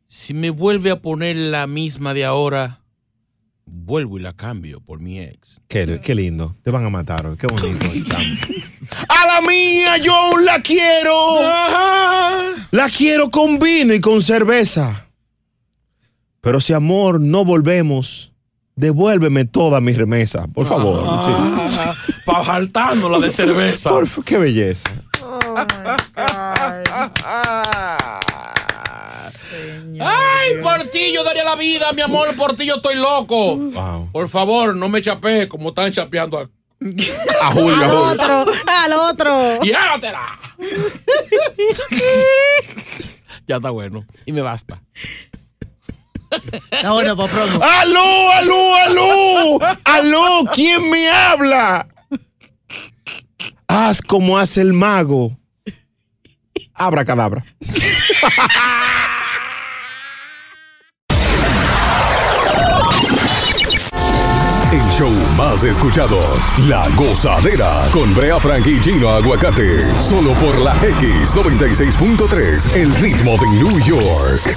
Speaker 3: Si me vuelve a poner la misma de ahora, vuelvo y la cambio por mi ex.
Speaker 2: Qué, qué lindo. Te van a matar hoy. Qué bonito.
Speaker 3: ¡A la mía, yo la quiero!
Speaker 2: La quiero con vino y con cerveza. Pero si amor no volvemos, devuélveme toda mi remesa. Por favor.
Speaker 3: Para faltándola de cerveza.
Speaker 2: Por fa- qué belleza.
Speaker 3: ¡Ay, por ti yo daría la vida, mi amor! Por ti yo estoy loco. Por favor, no me chapees como están chapeando a, a
Speaker 9: al otro, al otro.
Speaker 3: ¡Llévatela! Ya está bueno. Y me basta.
Speaker 10: Está bueno, para promo.
Speaker 3: ¡Ah,
Speaker 2: ¡Aló, aló, aló! ¡Aló! ¿Quién me habla? Haz como hace el mago. Abra cadabra.
Speaker 1: El show más escuchado, La Gozadera, con Brea Frank y Gino Aguacate, solo por la X96.3, el ritmo de New York.